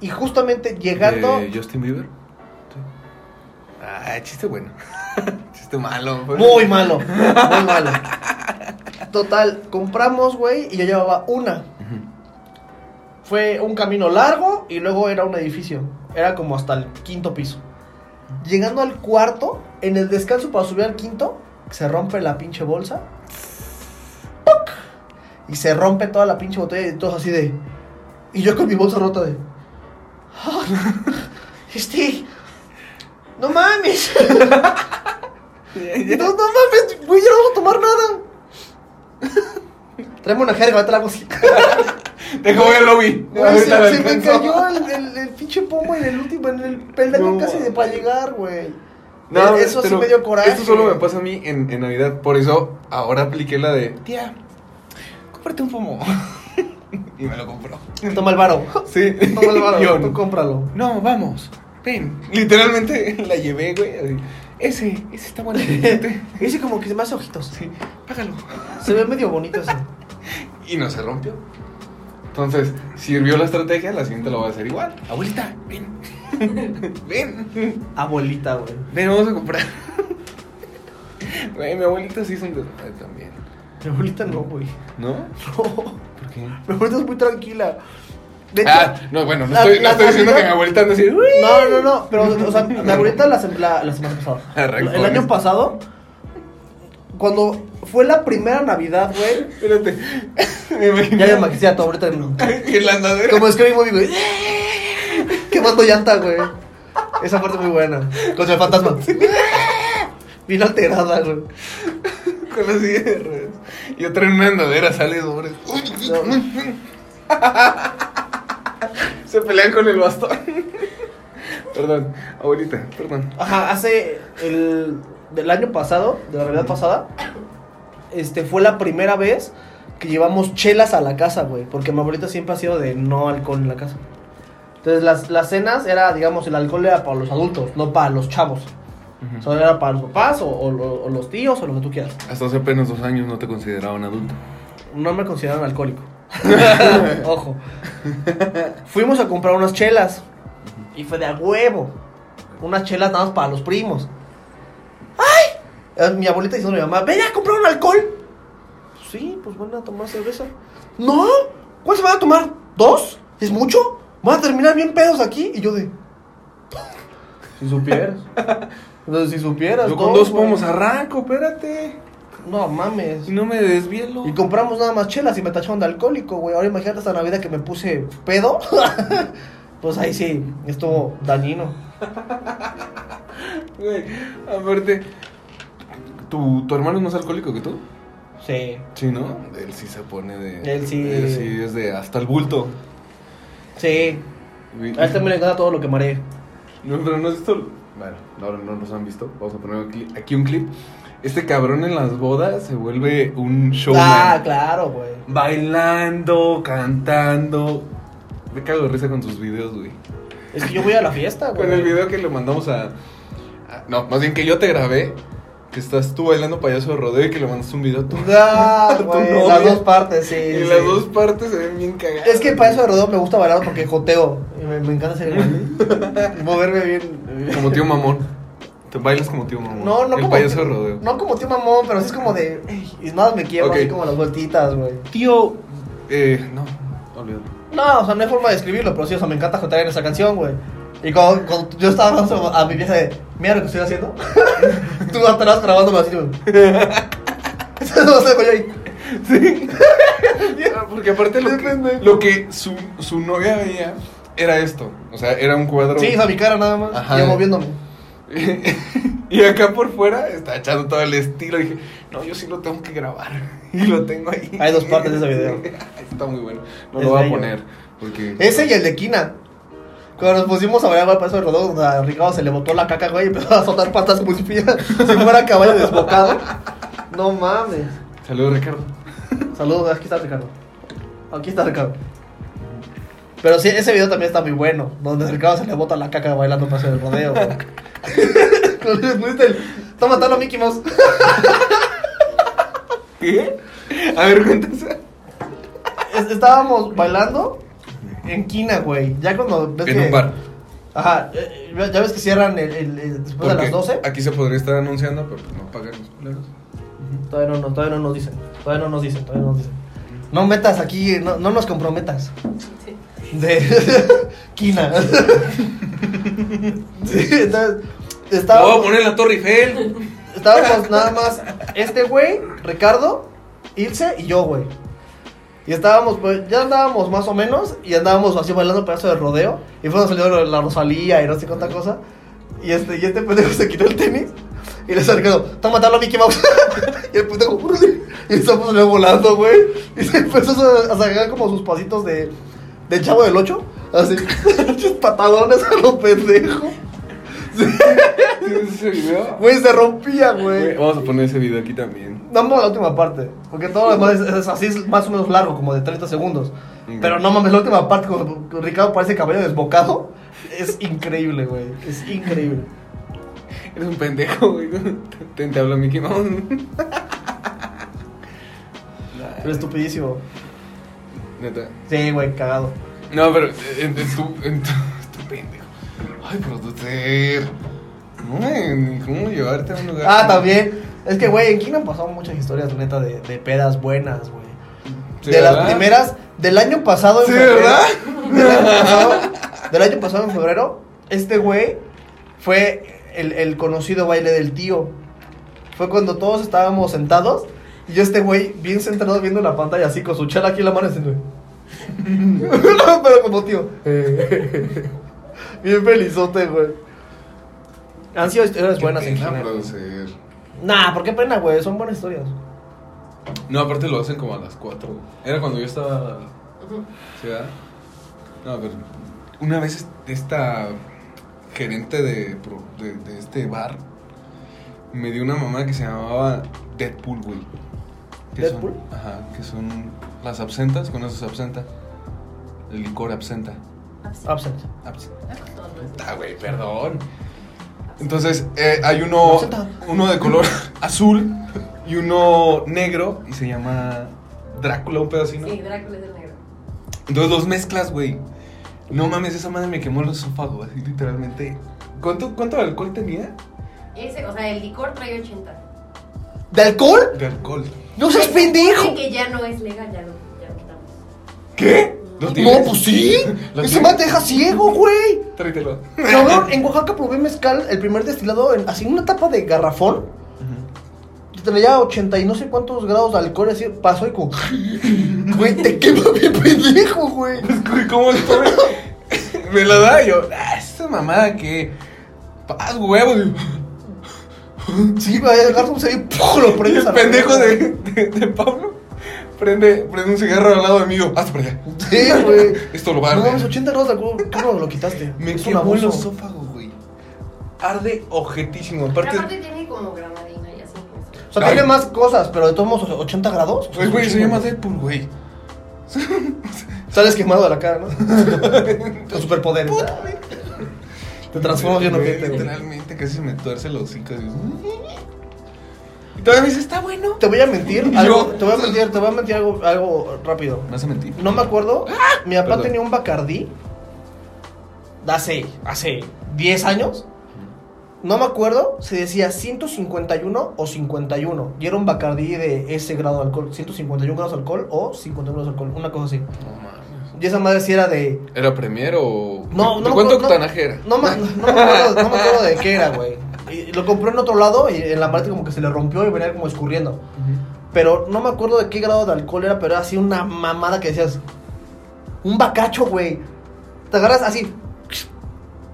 Speaker 4: Y justamente llegando...
Speaker 5: ¿De Justin Bieber? Ah, chiste bueno. chiste malo. pues.
Speaker 4: Muy malo, muy malo. Total, compramos, güey, y yo llevaba una.
Speaker 5: Ujú.
Speaker 4: Fue un camino largo y luego era un edificio. Era como hasta el quinto piso. Llegando al cuarto, en el descanso para subir al quinto, se rompe la pinche bolsa. ¡Puc! Y se rompe toda la pinche botella y todos así de... Y yo con mi bolsa rota de... "Ah, este, no mames. no, no mames, güey, ya no vamos a tomar nada. Tráeme una jerga, trago así.
Speaker 5: Deja voy al lobby.
Speaker 4: Güey, se,
Speaker 5: Ahorita la
Speaker 4: se me
Speaker 5: alcanzo.
Speaker 4: cayó el, el- el pinche pomo en el último, en el peldaño
Speaker 5: No,
Speaker 4: casi de para llegar, güey.
Speaker 5: No,
Speaker 4: Eh, eso sí
Speaker 5: pero
Speaker 4: me dio coraje.
Speaker 5: Esto solo me pasa a mí en, en Navidad. Por eso ahora apliqué la de, tía, cómprate un pomo. y me lo compró.
Speaker 4: Toma el varo.
Speaker 5: Sí.
Speaker 4: Toma el
Speaker 5: Yo
Speaker 4: varo,
Speaker 5: no.
Speaker 4: tú cómpralo.
Speaker 5: No, vamos, ven. Literalmente la llevé, güey. así, Ese, ese está bueno. fíjate.
Speaker 4: Ese como que se me hace ojitos.
Speaker 5: sí, págalo.
Speaker 4: Se ve medio bonito eso.
Speaker 5: Y no se rompió. Entonces, sirvió la estrategia, la siguiente la voy a hacer igual. Abuelita, ven. ven.
Speaker 4: Abuelita, güey.
Speaker 5: Ven, vamos a comprar. Güey, mi abuelita sí es un desmadre también.
Speaker 4: Mi abuelita no, güey.
Speaker 5: ¿No?
Speaker 4: No.
Speaker 5: ¿Por qué?
Speaker 4: Mi abuelita es muy tranquila. De hecho,
Speaker 5: Ah, no, bueno, no
Speaker 4: la-
Speaker 5: estoy, no
Speaker 4: la
Speaker 5: estoy diciendo que mi
Speaker 4: Navidad-
Speaker 5: abuelita anda así. "Uy".
Speaker 4: No, no, no, pero, o sea, mi abuelita la, sem- la- la semana pasada.
Speaker 5: Arrancó,
Speaker 4: El año
Speaker 5: ¿no?
Speaker 4: pasado, cuando fue la primera Navidad, güey,
Speaker 5: Espérate. Me imagino.
Speaker 4: ya me imaginé a tu abuelita. en-
Speaker 5: Y la andadera.
Speaker 4: Como es que mi móvil, güey, quemando llanta, güey. Esa parte muy buena. Con el fantasma. Bien alterada, güey.
Speaker 5: Con las sierras. Y otra en una andadera sale sobre. Se pelean con el bastón. Perdón, abuelita, perdón.
Speaker 4: Ajá, hace el del año pasado, de la realidad pasada, este fue la primera vez que llevamos chelas a la casa, güey, porque mi abuelita siempre ha sido de no alcohol en la casa. Entonces las, las cenas era, digamos, el alcohol era para los adultos, no para los chavos. Solo era para los papás o, o lo- o los tíos o lo que tú quieras.
Speaker 5: Hasta hace apenas dos años no te consideraban adulto.
Speaker 4: No me consideraban alcohólico. Ojo. Fuimos a comprar unas chelas. Y fue de a huevo. Unas chelas nada más para los primos. ¡Ay! Eh, Mi abuelita diciendo a mi mamá, ven a comprar un alcohol. Sí, pues van a tomar cerveza. No, ¿cuál se van a tomar? ¿Dos? ¿Es mucho? ¿Van a terminar bien pedos aquí? Y yo de... Si supieras. Entonces, si supieras.
Speaker 5: Yo con
Speaker 4: dos,
Speaker 5: dos
Speaker 4: güey.
Speaker 5: pomos arranco, espérate.
Speaker 4: No mames.
Speaker 5: Y no me desvielo.
Speaker 4: Y compramos nada más chelas y me tacharon de alcohólico, güey. Ahora imagínate esta Navidad que me puse pedo. pues ahí sí, estuvo dañino.
Speaker 5: Güey, aparte, ¿tu, ¿tu hermano es más alcohólico que tú?
Speaker 4: Sí.
Speaker 5: Sí, ¿no? Él sí se pone de.
Speaker 4: Él sí.
Speaker 5: Él sí es de hasta el bulto.
Speaker 4: Sí. A este me le encanta todo lo que mareé.
Speaker 5: No, pero no has visto. Bueno, ahora no nos han visto. Vamos a poner aquí, aquí un clip. Este cabrón en las bodas se vuelve un showman.
Speaker 4: Ah, claro, güey.
Speaker 5: Bailando, cantando. Me cago de risa con sus videos, güey.
Speaker 4: Es que yo voy a la fiesta, güey.
Speaker 5: Con el video que le mandamos a, a- No, más bien que yo te grabé. Que estás tú bailando payaso de rodeo y que le mandaste un video tú.
Speaker 4: Ah,
Speaker 5: Tu
Speaker 4: güey,
Speaker 5: novia.
Speaker 4: las dos partes, sí.
Speaker 5: Y
Speaker 4: sí.
Speaker 5: las dos partes se ven bien cagadas.
Speaker 4: Es que para eso de rodeo me gusta bailar porque joteo. Y Me, me encanta hacer el Moverme bien.
Speaker 5: Como tío mamón. Te bailas como tío mamón.
Speaker 4: No, no
Speaker 5: el
Speaker 4: como.
Speaker 5: payaso de rodeo.
Speaker 4: No como tío mamón, pero sí es como de. "Ey", Y nada, me quiero
Speaker 5: Ok.
Speaker 4: así como las vueltitas, güey.
Speaker 5: Tío. Eh, no, olvídalo.
Speaker 4: No, o sea, no hay forma de escribirlo, pero sí, o sea, me encanta jotear en esa canción, güey. Y cuando, cuando yo estaba hablando a mi vieja de, mira lo que estoy haciendo, tú atrás grabándome así, güey. Eso no sé, güey, ahí.
Speaker 5: Sí.
Speaker 4: Ah,
Speaker 5: Porque aparte lo que, lo que su, su novia veía era esto. O sea, era un cuadro.
Speaker 4: Sí, o sea, mi cara nada más,
Speaker 5: Ajá.
Speaker 4: yo moviéndome.
Speaker 5: y acá por fuera está echando todo el estilo. Y dije, no, yo sí lo tengo que grabar. Y lo tengo ahí.
Speaker 4: Hay dos partes de ese video.
Speaker 5: está muy bueno. No
Speaker 4: Es
Speaker 5: lo voy a
Speaker 4: bello.
Speaker 5: poner. Porque...
Speaker 4: Ese y el de Kina. Cuando nos pusimos a bailar para eso de rodón, a Ricardo se le botó la caca, güey, y empezó a soltar patas como si fuera, si fuera caballo desbocado. No mames.
Speaker 5: Saludos, Ricardo.
Speaker 4: Saludos, aquí está Ricardo. Aquí está Ricardo. Pero sí, ese video también está muy bueno. Donde Ricardo se le bota la caca bailando paso del rodeo. güey. Con el whistle. Está matando a Mickey Mouse.
Speaker 5: ¿Qué? A ver, cuéntase.
Speaker 4: Es- Estábamos bailando en Quina, güey. Ya cuando ves
Speaker 5: En
Speaker 4: que-
Speaker 5: un bar.
Speaker 4: Ajá. eh, eh, Ya ves que cierran el, el- el- después de
Speaker 5: Porque
Speaker 4: las 12.
Speaker 5: Aquí se podría estar anunciando, pero no pagan los culeros.
Speaker 4: Todavía no, no- todavía no nos dicen. Todavía no nos dicen. Todavía no nos dicen. No metas aquí, no, no nos comprometas. De Quina. Sí, entonces, estábamos,
Speaker 5: ¡Oh, poner la Torre Eiffel!
Speaker 4: estábamos nada más este güey, Ricardo, Ilse y yo, güey. Y Y estábamos, pues, ya andábamos más o menos. Y andábamos así bailando pedazo de rodeo. Y fue donde salió la Rosalía y no sé cuánta cosa. Y este, y este pendejo se quitó el tenis. Y le salió, está matando a Mickey Mouse. y el pendejo, "Órale". y estamos salió volando, güey. Y se empezó a, a sacar como sus pasitos de, de chavo del 8. Así, Sus patadones a lo pendejo.
Speaker 5: ¿Tienes ese video?
Speaker 4: Güey, se rompía, güey.
Speaker 5: Güey, Vamos a poner ese video aquí también.
Speaker 4: Damos la última parte, porque todo lo demás es, es así, es más o menos largo, como de 30 segundos.
Speaker 5: Mm.
Speaker 4: Pero no mames, la última parte, cuando Ricardo parece caballo desbocado, es increíble, güey. Es increíble.
Speaker 5: Eres un pendejo, güey. Te, te habla Mickey Mouse.
Speaker 4: Pero estupidísimo.
Speaker 5: Neta.
Speaker 4: Sí, güey, cagado.
Speaker 5: No, pero eh, en, en tu, en tu, tu pendejo. Ay, productor. No, en- ¿Cómo llevarte a un lugar?
Speaker 4: Ah, también. Es que, güey, en Kingdom pasaron muchas historias, neta, de, de pedas buenas, güey.
Speaker 5: Sí,
Speaker 4: de las
Speaker 5: ¿verdad?
Speaker 4: primeras, del año pasado en
Speaker 5: Sí,
Speaker 4: febrero.
Speaker 5: ¿verdad?
Speaker 4: Del año pasado, del año pasado en febrero, este güey fue el, el conocido baile del tío. Fue cuando todos estábamos sentados y yo este güey bien sentado viendo la pantalla así con su chala aquí en la mano haciendo... Pero como tío. bien felizote, güey. Han sido historias
Speaker 5: Qué
Speaker 4: buenas en
Speaker 5: pena,
Speaker 4: general.
Speaker 5: producer.
Speaker 4: Nah, ¿por qué pena, güey? Son buenas historias.
Speaker 5: No, aparte lo hacen como a las 4. Era cuando yo estaba. ¿Sí, verdad? No, a ver. Una vez esta gerente de, pro- de, de este bar me dio una mamá que se llamaba Deadpool, güey. Que son-
Speaker 4: ¿Deadpool?
Speaker 5: ajá, que son las absentas, con eso se absenta. El licor absenta.
Speaker 4: Absent.
Speaker 5: Absenta. Ah, güey, perdón. Entonces, eh, hay uno,
Speaker 4: Absenta.
Speaker 5: uno de color azul y uno negro y se llama Drácula, un pedacito.
Speaker 2: Sí, Drácula es el negro.
Speaker 5: Entonces los mezclas, güey. No mames, esa madre me quemó el esófago, así literalmente. ¿Cuánto, cuánto alcohol tenía?
Speaker 2: Ese, o sea, el licor trae 80.
Speaker 4: ¿De alcohol?
Speaker 5: De alcohol.
Speaker 4: ¡No seas
Speaker 2: Se
Speaker 4: pendejo!
Speaker 2: supone que ya no es legal, ya lo, ya lo quitamos.
Speaker 5: ¿Qué?
Speaker 2: No,
Speaker 4: No, pues sí.
Speaker 5: ¿Lo
Speaker 4: Ese
Speaker 5: tienes?
Speaker 4: man te deja ciego, güey.
Speaker 5: Tráetelo.
Speaker 4: Cabrón, en Oaxaca probé mezcal, el primer destilado, en, así en una tapa de garrafón. Traía 80 y no sé cuántos grados de alcohol, así pasó y como. Güey, te quema bien pendejo, güey.
Speaker 5: Pues, güey, ¿Cómo el pobre me la da? Y yo, ah, esa mamada que. ah, Paz, huevos.
Speaker 4: Sí, güey, el garrafón se ve y lo
Speaker 5: Y
Speaker 4: prendes
Speaker 5: el
Speaker 4: al
Speaker 5: pendejo de, de, de Pablo prende, prende un cigarro al lado de mí y yo, hazte para allá.
Speaker 4: Sí, güey.
Speaker 5: Esto lo va a
Speaker 4: No mames,
Speaker 5: arder.
Speaker 4: 80 grados de alcohol, cabrón, lo quitaste.
Speaker 5: Me
Speaker 4: Es un
Speaker 5: quemó el
Speaker 4: abuso.
Speaker 5: esófago, güey. Arde objetísimo.
Speaker 2: Pero
Speaker 5: Aparte,
Speaker 2: aparte tiene como gramadina y así. pues.
Speaker 4: O sea,
Speaker 5: Ay.
Speaker 4: tiene más cosas, pero de todos modos, o sea, 80 grados.
Speaker 5: pues, güey, se llama Deadpool, güey.
Speaker 4: Sales quemado de la cara, ¿no? Con superpoderes. Te transformas bien
Speaker 5: Güey,
Speaker 4: ojete, güey.
Speaker 5: Literalmente casi me tuerce los hocico. así. Y todavía me dice, está bueno.
Speaker 4: Te voy a mentir,
Speaker 5: Yo-
Speaker 4: algo, te voy a mentir, te voy a mentir algo, algo rápido.
Speaker 5: ¿Me vas a mentir?
Speaker 4: No me acuerdo, mi papá
Speaker 5: ¡Ah! Perdón.
Speaker 4: tenía un Bacardí de hace, hace 10 años. No me acuerdo, se decía 151 o 51. Y era un Bacardí de ese grado de alcohol, 151 grados de alcohol o 51 grados de alcohol, una cosa así.
Speaker 5: No mames.
Speaker 4: Y esa madre sí era de
Speaker 5: ¿Era premier o.?
Speaker 4: No,
Speaker 5: ¿De
Speaker 4: no
Speaker 5: ¿Cuánto
Speaker 4: me acuerdo- no-
Speaker 5: octanaje era?
Speaker 4: No, me- no me acuerdo, no me acuerdo de qué era, güey. Y lo compré en otro lado y en la parte como que se le rompió y venía como escurriendo. Pero no me acuerdo de qué grado de alcohol era, pero era así una mamada que decías. Un bacacho, güey. Te agarras así.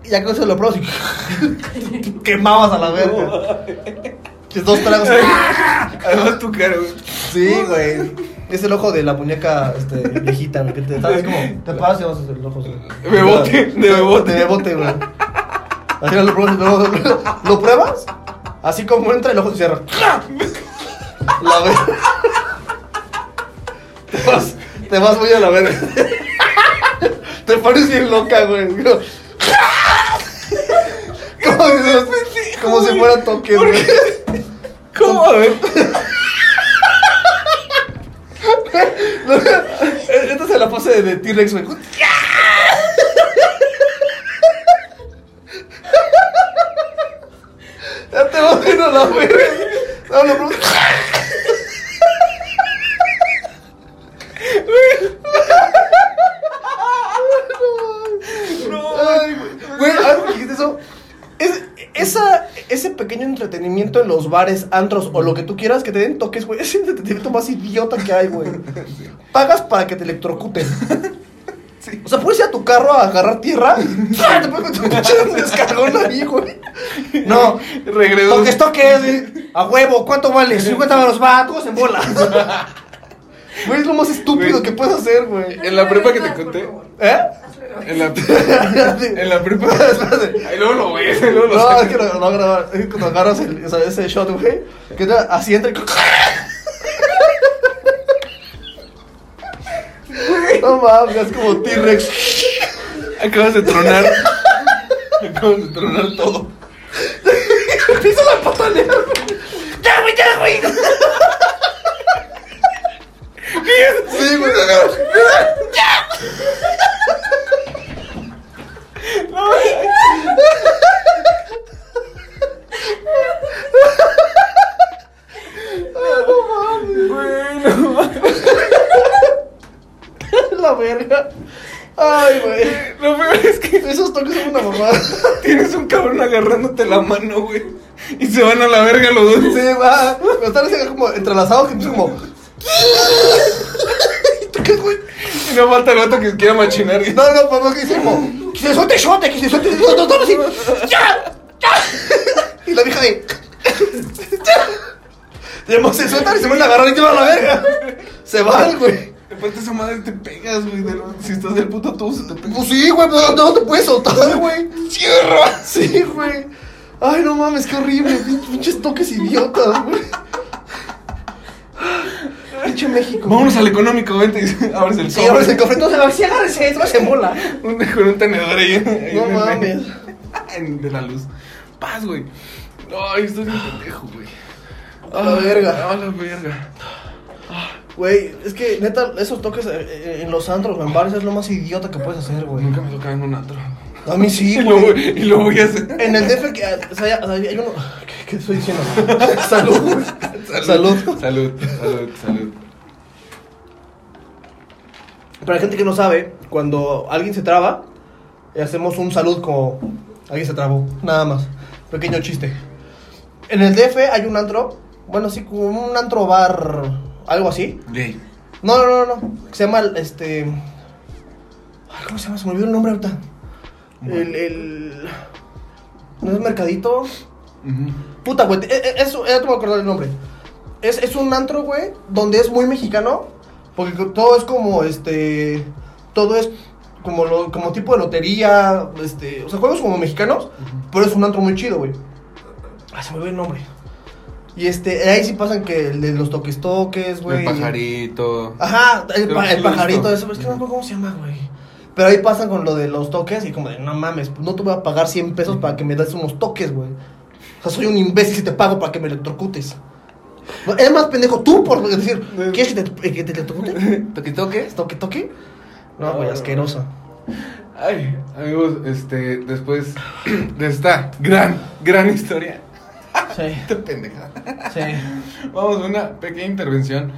Speaker 4: Y ya que se lo pruebas y quemabas a la verga. Tus Dos tragos.
Speaker 5: Además, tu cara, güey.
Speaker 4: Sí, güey. Es el ojo de la muñeca este, viejita, güey. Que te, ¿sabes cómo? Te paras y vas a hacer el ojo. así.
Speaker 5: De bebote, de bebote.
Speaker 4: De bebote, güey. Así lo pruebas, lo, lo- lo pruebas, así como entra el ojo se cierra. ¡Cla! La ves. Te vas, te vas muy a la verga. Te pones bien loca, güey. Como, si- como si fuera toque, güey.
Speaker 5: ¿Cómo? A ver.
Speaker 4: Esta es la pose de, de T-Rex, güey. Ya te vas a ir a la verga. No, no, no. Ay, güey. Güey, ahora que dijiste eso. es- esa, ese pequeño pequeño entretenimiento en los bares, antros o lo que tú quieras que te den toques, güey. Es el entretenimiento más idiota que hay, güey. Pagas para que te electrocuten.
Speaker 5: Sí.
Speaker 4: O sea, puedes ir a tu carro a agarrar tierra y ¡pah! te pones con tu pinche descargón ahí, güey. No,
Speaker 5: Regresó.
Speaker 4: toques, toques, güey. a huevo, ¿cuánto vale? 50 varos, va, todos en bola. Güey, es lo más estúpido
Speaker 5: Güey.
Speaker 4: que puedes hacer, güey.
Speaker 5: En la prepa que te conté.
Speaker 4: ¿Eh?
Speaker 5: En la, en la prepa. Ahí luego lo ves. ahí Luego lo
Speaker 4: No, es
Speaker 5: sacas.
Speaker 4: que no, no grabar. Es que cuando agarras el, o sea, ese shot, güey. Que era así entra y- No mames, es como T-Rex.
Speaker 5: Acabas de tronar. Acabas de tronar todo.
Speaker 4: Empieza la pataleta.
Speaker 1: ¡Ya, güey, ya, güey!
Speaker 4: Sí, güey. La verga. Ay, güey.
Speaker 5: Lo peor es que
Speaker 4: Esos toques son una mamada.
Speaker 5: tienes un cabrón agarrándote la mano, güey. Y se van a la verga los dos.
Speaker 4: Sí, va. Pero están así como entrelazados que empiezan como. ¿Qué, güey?
Speaker 5: Y no falta el vato que quiera machinar. Y,
Speaker 4: No, no, papá, que dice como. Que se suelte shote, que se suelte. No, no, no, así. ¡Ya! ¡Ya! Y la vieja de. ¡Ya! Y además se sueltan y se van a agarrar y te van a la verga. Se van, güey.
Speaker 5: Aparte esa madre te pegas, güey. de lo- Si estás del puto tubo se te pega.
Speaker 4: Pues sí, güey, pero no te puedes soltar, güey. ¡Cierra! Sí, güey. Ay, no mames, qué horrible. Pin- Pinches toques idiotas, güey. Pinche México.
Speaker 5: Vámonos al económico, vente. Y abres el
Speaker 4: Sí, ahora se
Speaker 5: sobre.
Speaker 4: cofre. No, se va, sí, agárrese, se va, se mola.
Speaker 5: Un, con un tenedor ahí. ahí
Speaker 4: No
Speaker 5: en el-
Speaker 4: mames.
Speaker 5: en- de la luz. Paz, güey. Ay, estoy bien pendejo, güey.
Speaker 4: A la verga.
Speaker 5: A la verga.
Speaker 4: Güey, es que neta, esos toques eh, eh, en los antros o en bares es lo más idiota que puedes hacer, güey.
Speaker 5: Pues Nunca me tocaba en un antro.
Speaker 4: A mí sí,
Speaker 5: Y lo, voy-
Speaker 4: güey.
Speaker 5: y lo voy a hacer.
Speaker 4: En el DF que, ah, o sea, ya- o sea, hay uno... ¿Qué, qué estoy diciendo? Salud. güey. Salud.
Speaker 5: Salud, salud, salud.
Speaker 4: Para la gente que no sabe, cuando alguien se traba, eh, hacemos un salud como... Alguien se trabó, nada más. Pequeño chiste. En el DF hay un antro, bueno, sí, como un antro bar, algo así.
Speaker 5: Gay.
Speaker 4: No, no, no, no. Se llama, este... ay, ¿Cómo se llama? Se me olvidó el nombre ahorita. El, el... ¿No es mercadito?
Speaker 5: Ujú.
Speaker 4: Puta, güey. te- e- e- Eso, ya te voy a acordar el nombre. Es, es un antro, güey, donde es muy mexicano. Porque co- todo es como, este... Todo es como, lo- como tipo de lotería, este... O sea, juegos como mexicanos, pero es un antro muy chido, güey. Ah, se me olvidó el nombre. Y este, ahí sí pasan que el de los toques toques, güey. Ah,
Speaker 5: El pajarito.
Speaker 4: Ajá, el,
Speaker 5: Pero
Speaker 4: pa-
Speaker 5: sí
Speaker 4: el
Speaker 5: lo he
Speaker 4: pajarito,
Speaker 5: visto.
Speaker 4: eso, pero es que no me acuerdo cómo se llama, güey. Pero ahí pasan con lo de los toques y como de, no mames, no te voy a pagar 100 pesos para que me des unos toques, güey. O sea, soy un imbécil si te pago para que me electrocutes. No, Es más pendejo tú por decir, ¿quieres que te, eh, que te electrocute?
Speaker 5: ¿Toque toque?
Speaker 4: ¿Toque, toque? No, güey, asqueroso.
Speaker 5: Ay, amigos, este, después de esta gran, gran historia.
Speaker 4: Sí,
Speaker 5: Esta pendejada.
Speaker 4: sí.
Speaker 5: Vamos a una pequeña intervención.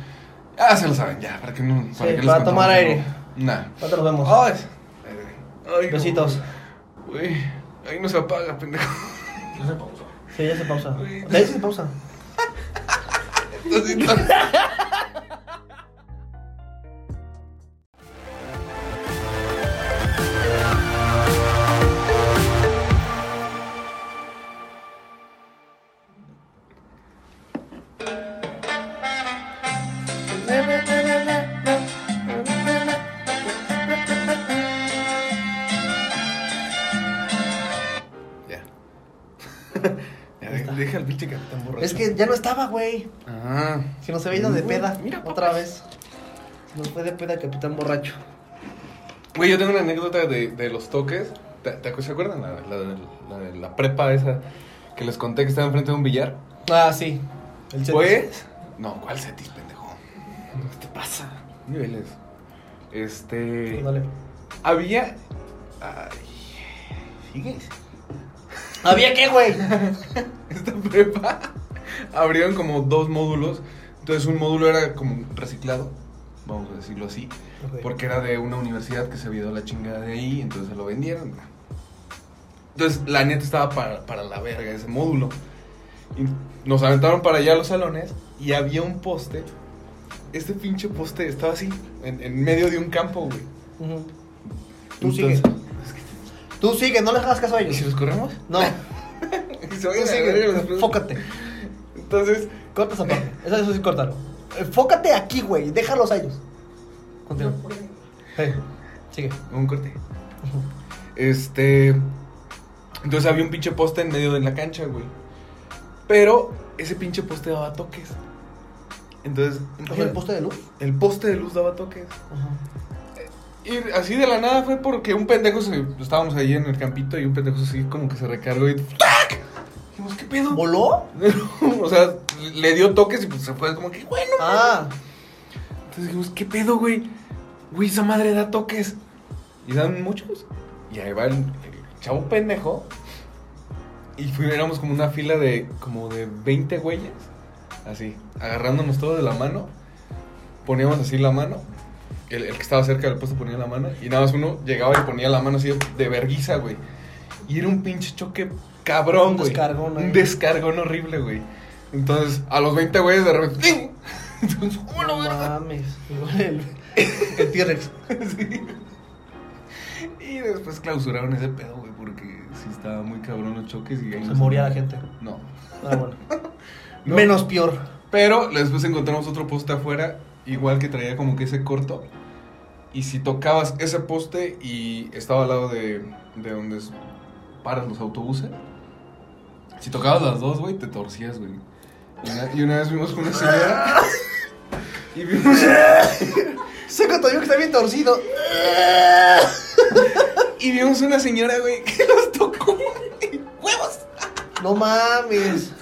Speaker 5: Ah, se lo saben ya, para que no. Para,
Speaker 4: Sí,
Speaker 5: que les
Speaker 4: para
Speaker 5: contamos
Speaker 4: tomar
Speaker 5: algo.
Speaker 4: aire.
Speaker 5: Nah.
Speaker 4: ¿Cuánto nos vemos?
Speaker 5: Ay, ay,
Speaker 4: Besitos.
Speaker 5: Uy, ahí no se apaga, pendejo.
Speaker 4: Sí, ya se pausa. De ahí sí se pausa.
Speaker 5: Entonces, no. Ya. Ya,
Speaker 4: está.
Speaker 5: deja al pinche capitán borracho.
Speaker 4: Es que ya no estaba, güey.
Speaker 5: Ah.
Speaker 4: Si nos había ido de peda.
Speaker 5: Mira,
Speaker 4: otra vez. Se nos fue de peda el capitán borracho.
Speaker 5: Güey, yo tengo una anécdota de, de los toques. ¿Te, te- se acuerdan? La, la, de- la de la prepa esa que les conté que estaba enfrente de un billar.
Speaker 4: Ah, sí. El Cetis.
Speaker 5: Pues. No, ¿cuál Cetis, pendejo? ¿Qué te pasa? Niveles. Este.
Speaker 4: Dale.
Speaker 5: Había. Ay. ¿Sigues?
Speaker 4: ¿Había qué, güey?
Speaker 5: Esta prepa abrieron como dos módulos. Entonces, un módulo era como reciclado, vamos a decirlo así.
Speaker 4: Pues.
Speaker 5: Porque era de una universidad que se había ido a la chingada de ahí, entonces lo vendieron. Entonces, la neta estaba para, para la verga ese módulo. Y nos aventaron para allá a los salones y había un poste. Este pinche poste estaba así, en, en medio de un campo, güey.
Speaker 4: Ujú. Tú sigue. Tú sigue, no le hagas caso a
Speaker 5: ¿Y si
Speaker 4: ellos.
Speaker 5: los corremos?
Speaker 4: No,
Speaker 5: Se
Speaker 4: tú
Speaker 5: vayan a la verga los
Speaker 4: sigue.
Speaker 5: productos.
Speaker 4: Enfócate.
Speaker 5: Entonces,
Speaker 4: Corta esa parte. Eso, eso sí, córtalo. Enfócate aquí, güey. Déjalos a ellos. Continúa.
Speaker 2: No puedo.
Speaker 4: Hey, sigue.
Speaker 5: un corte. Este. Entonces había un pinche poste en medio de la cancha, güey. Pero ese pinche poste daba toques. Entonces,
Speaker 4: Oye, ¿El poste de luz?
Speaker 5: el poste de luz daba toques.
Speaker 4: Ajá.
Speaker 5: Y así de la nada fue porque un pendejo se. Estábamos ahí en el campito y un pendejo así como que se recargó y. ¡Tac! Dijimos, ¿qué pedo?
Speaker 4: ¿Voló?
Speaker 5: o sea, le dio toques y pues se fue como que, bueno.
Speaker 4: Ah,
Speaker 5: Entonces dijimos, ¿qué pedo, güey? Güey, esa madre da toques. Y dan muchos. Y ahí va el, el chavo pendejo. Y fui- éramos como una fila de como de 20 güeyes. Así, agarrándonos todos de la mano. Poníamos así la mano. El, el que estaba cerca del puesto ponía la mano. Y nada más uno llegaba y ponía la mano así de, de verguiza, güey. Y era un pinche choque cabrón,
Speaker 4: Un
Speaker 5: güey.
Speaker 4: descargón eh. ahí.
Speaker 5: Un descargón horrible, güey. Entonces, a los 20 güeyes de repente. ¡ting! Entonces, ¡oh, la
Speaker 4: no
Speaker 5: verga!
Speaker 4: mames. Igual el, el T-Rex.
Speaker 5: Sí. Y después clausuraron ese pedo, güey, porque sí estaba muy cabrón los choques y ahí
Speaker 4: Se
Speaker 5: nos-
Speaker 4: moría la gente.
Speaker 5: No.
Speaker 4: Ah, bueno.
Speaker 5: No.
Speaker 4: Menos peor.
Speaker 5: Pero después encontramos otro poste afuera, igual que traía como que ese corto. Y si tocabas ese poste y estaba al lado de, de donde es- paran los autobuses, si tocabas las dos, güey, te torcías, güey. Y una, y una vez vimos con una señora. y vimos.
Speaker 4: Saca tu que está bien torcido.
Speaker 5: Y vimos una señora, güey, que los tocó. güey. ¡Huevos!
Speaker 4: No mames.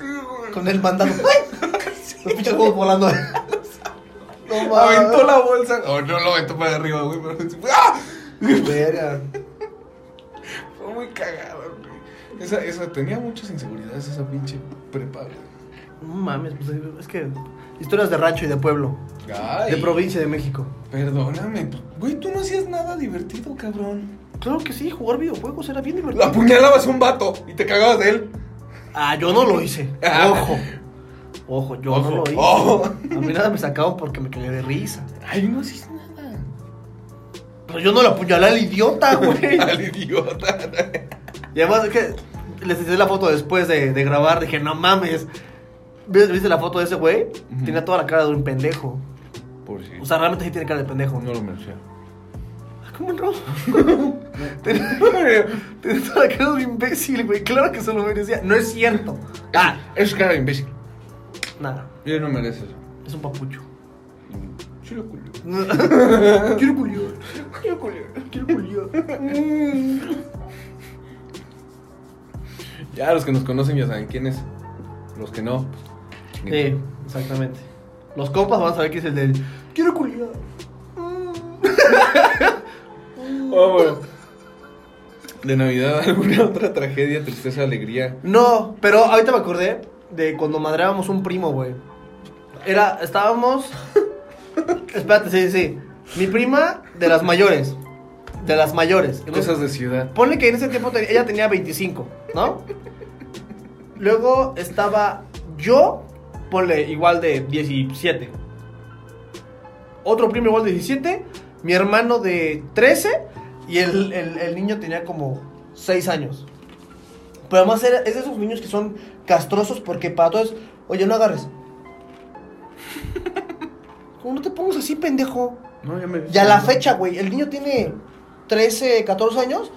Speaker 4: Con el mandado. Los pinches huevos volando. No mames.
Speaker 5: Aventó la bolsa. Oh, no lo aventó para arriba, güey, pero se fue. ¡Ah!
Speaker 4: Verga.
Speaker 5: Fue muy cagado, güey. Esa, esa tenía muchas inseguridades, esa pinche prepa, güey.
Speaker 4: No mames, pues es que. Historias de rancho y de pueblo.
Speaker 5: Ay.
Speaker 4: De provincia de México.
Speaker 5: Perdóname, pues, güey, tú no hacías nada divertido, cabrón.
Speaker 4: Claro que sí, jugar videojuegos era bien divertido.
Speaker 5: La apuñalabas a un vato y te cagabas de él.
Speaker 4: Ah, yo no lo hice.
Speaker 5: Ah.
Speaker 4: Ojo. Ojo, yo
Speaker 5: Ojo. Oh.
Speaker 4: no lo hice.
Speaker 5: Ojo.
Speaker 4: A mí nada me sacaban porque me cagué de risa.
Speaker 5: Ay, no hacías nada.
Speaker 4: Pero yo no lo apuñalé al idiota, güey.
Speaker 5: Al idiota.
Speaker 4: Y además es que les hice la foto después de, de grabar. Dije, no mames. ¿Ves- ¿Viste la foto de ese güey?
Speaker 5: Ujú.
Speaker 4: Tenía toda la cara de un pendejo.
Speaker 5: Por si.
Speaker 4: O sea, realmente sí tiene cara de pendejo.
Speaker 5: lo merecía.
Speaker 4: Ah, ¿Cómo no? tenía, tenía toda la cara de un imbécil, güey. Claro que se lo merecía. No es cierto. Ah,
Speaker 5: Es cara de imbécil.
Speaker 4: nada.
Speaker 5: Yo no merece eso.
Speaker 4: Es un papucho.
Speaker 5: Chulo culo.
Speaker 4: Quiero culiar.
Speaker 5: Chulo culo.
Speaker 4: Quiero culiar.
Speaker 5: Ya los que nos conocen ya saben quién es. Los que no. pues,
Speaker 4: Sí, exactamente. Los compas van a saber que es el del Quiero culiar.
Speaker 5: Oh, bueno. De Navidad, alguna otra tragedia, tristeza, alegría.
Speaker 4: No, pero ahorita me acordé de cuando madreábamos un primo, güey. Era, estábamos. Espérate, sí, sí. Mi prima de las mayores. De las mayores.
Speaker 5: Cosas de ciudad.
Speaker 4: Ponle que en ese tiempo te- ella tenía 25, ¿no? Luego estaba yo, ponle igual de 17. Otro primo igual de 17, mi hermano de 13 y el, el- el niño tenía como 6 años. Pero además era- es de esos niños que son castrosos porque para todos, oye, no agarres. ¿Cómo no te pongas así, pendejo?
Speaker 5: No, ya me
Speaker 4: Y a la fecha, güey, el niño tiene 13, 14 años.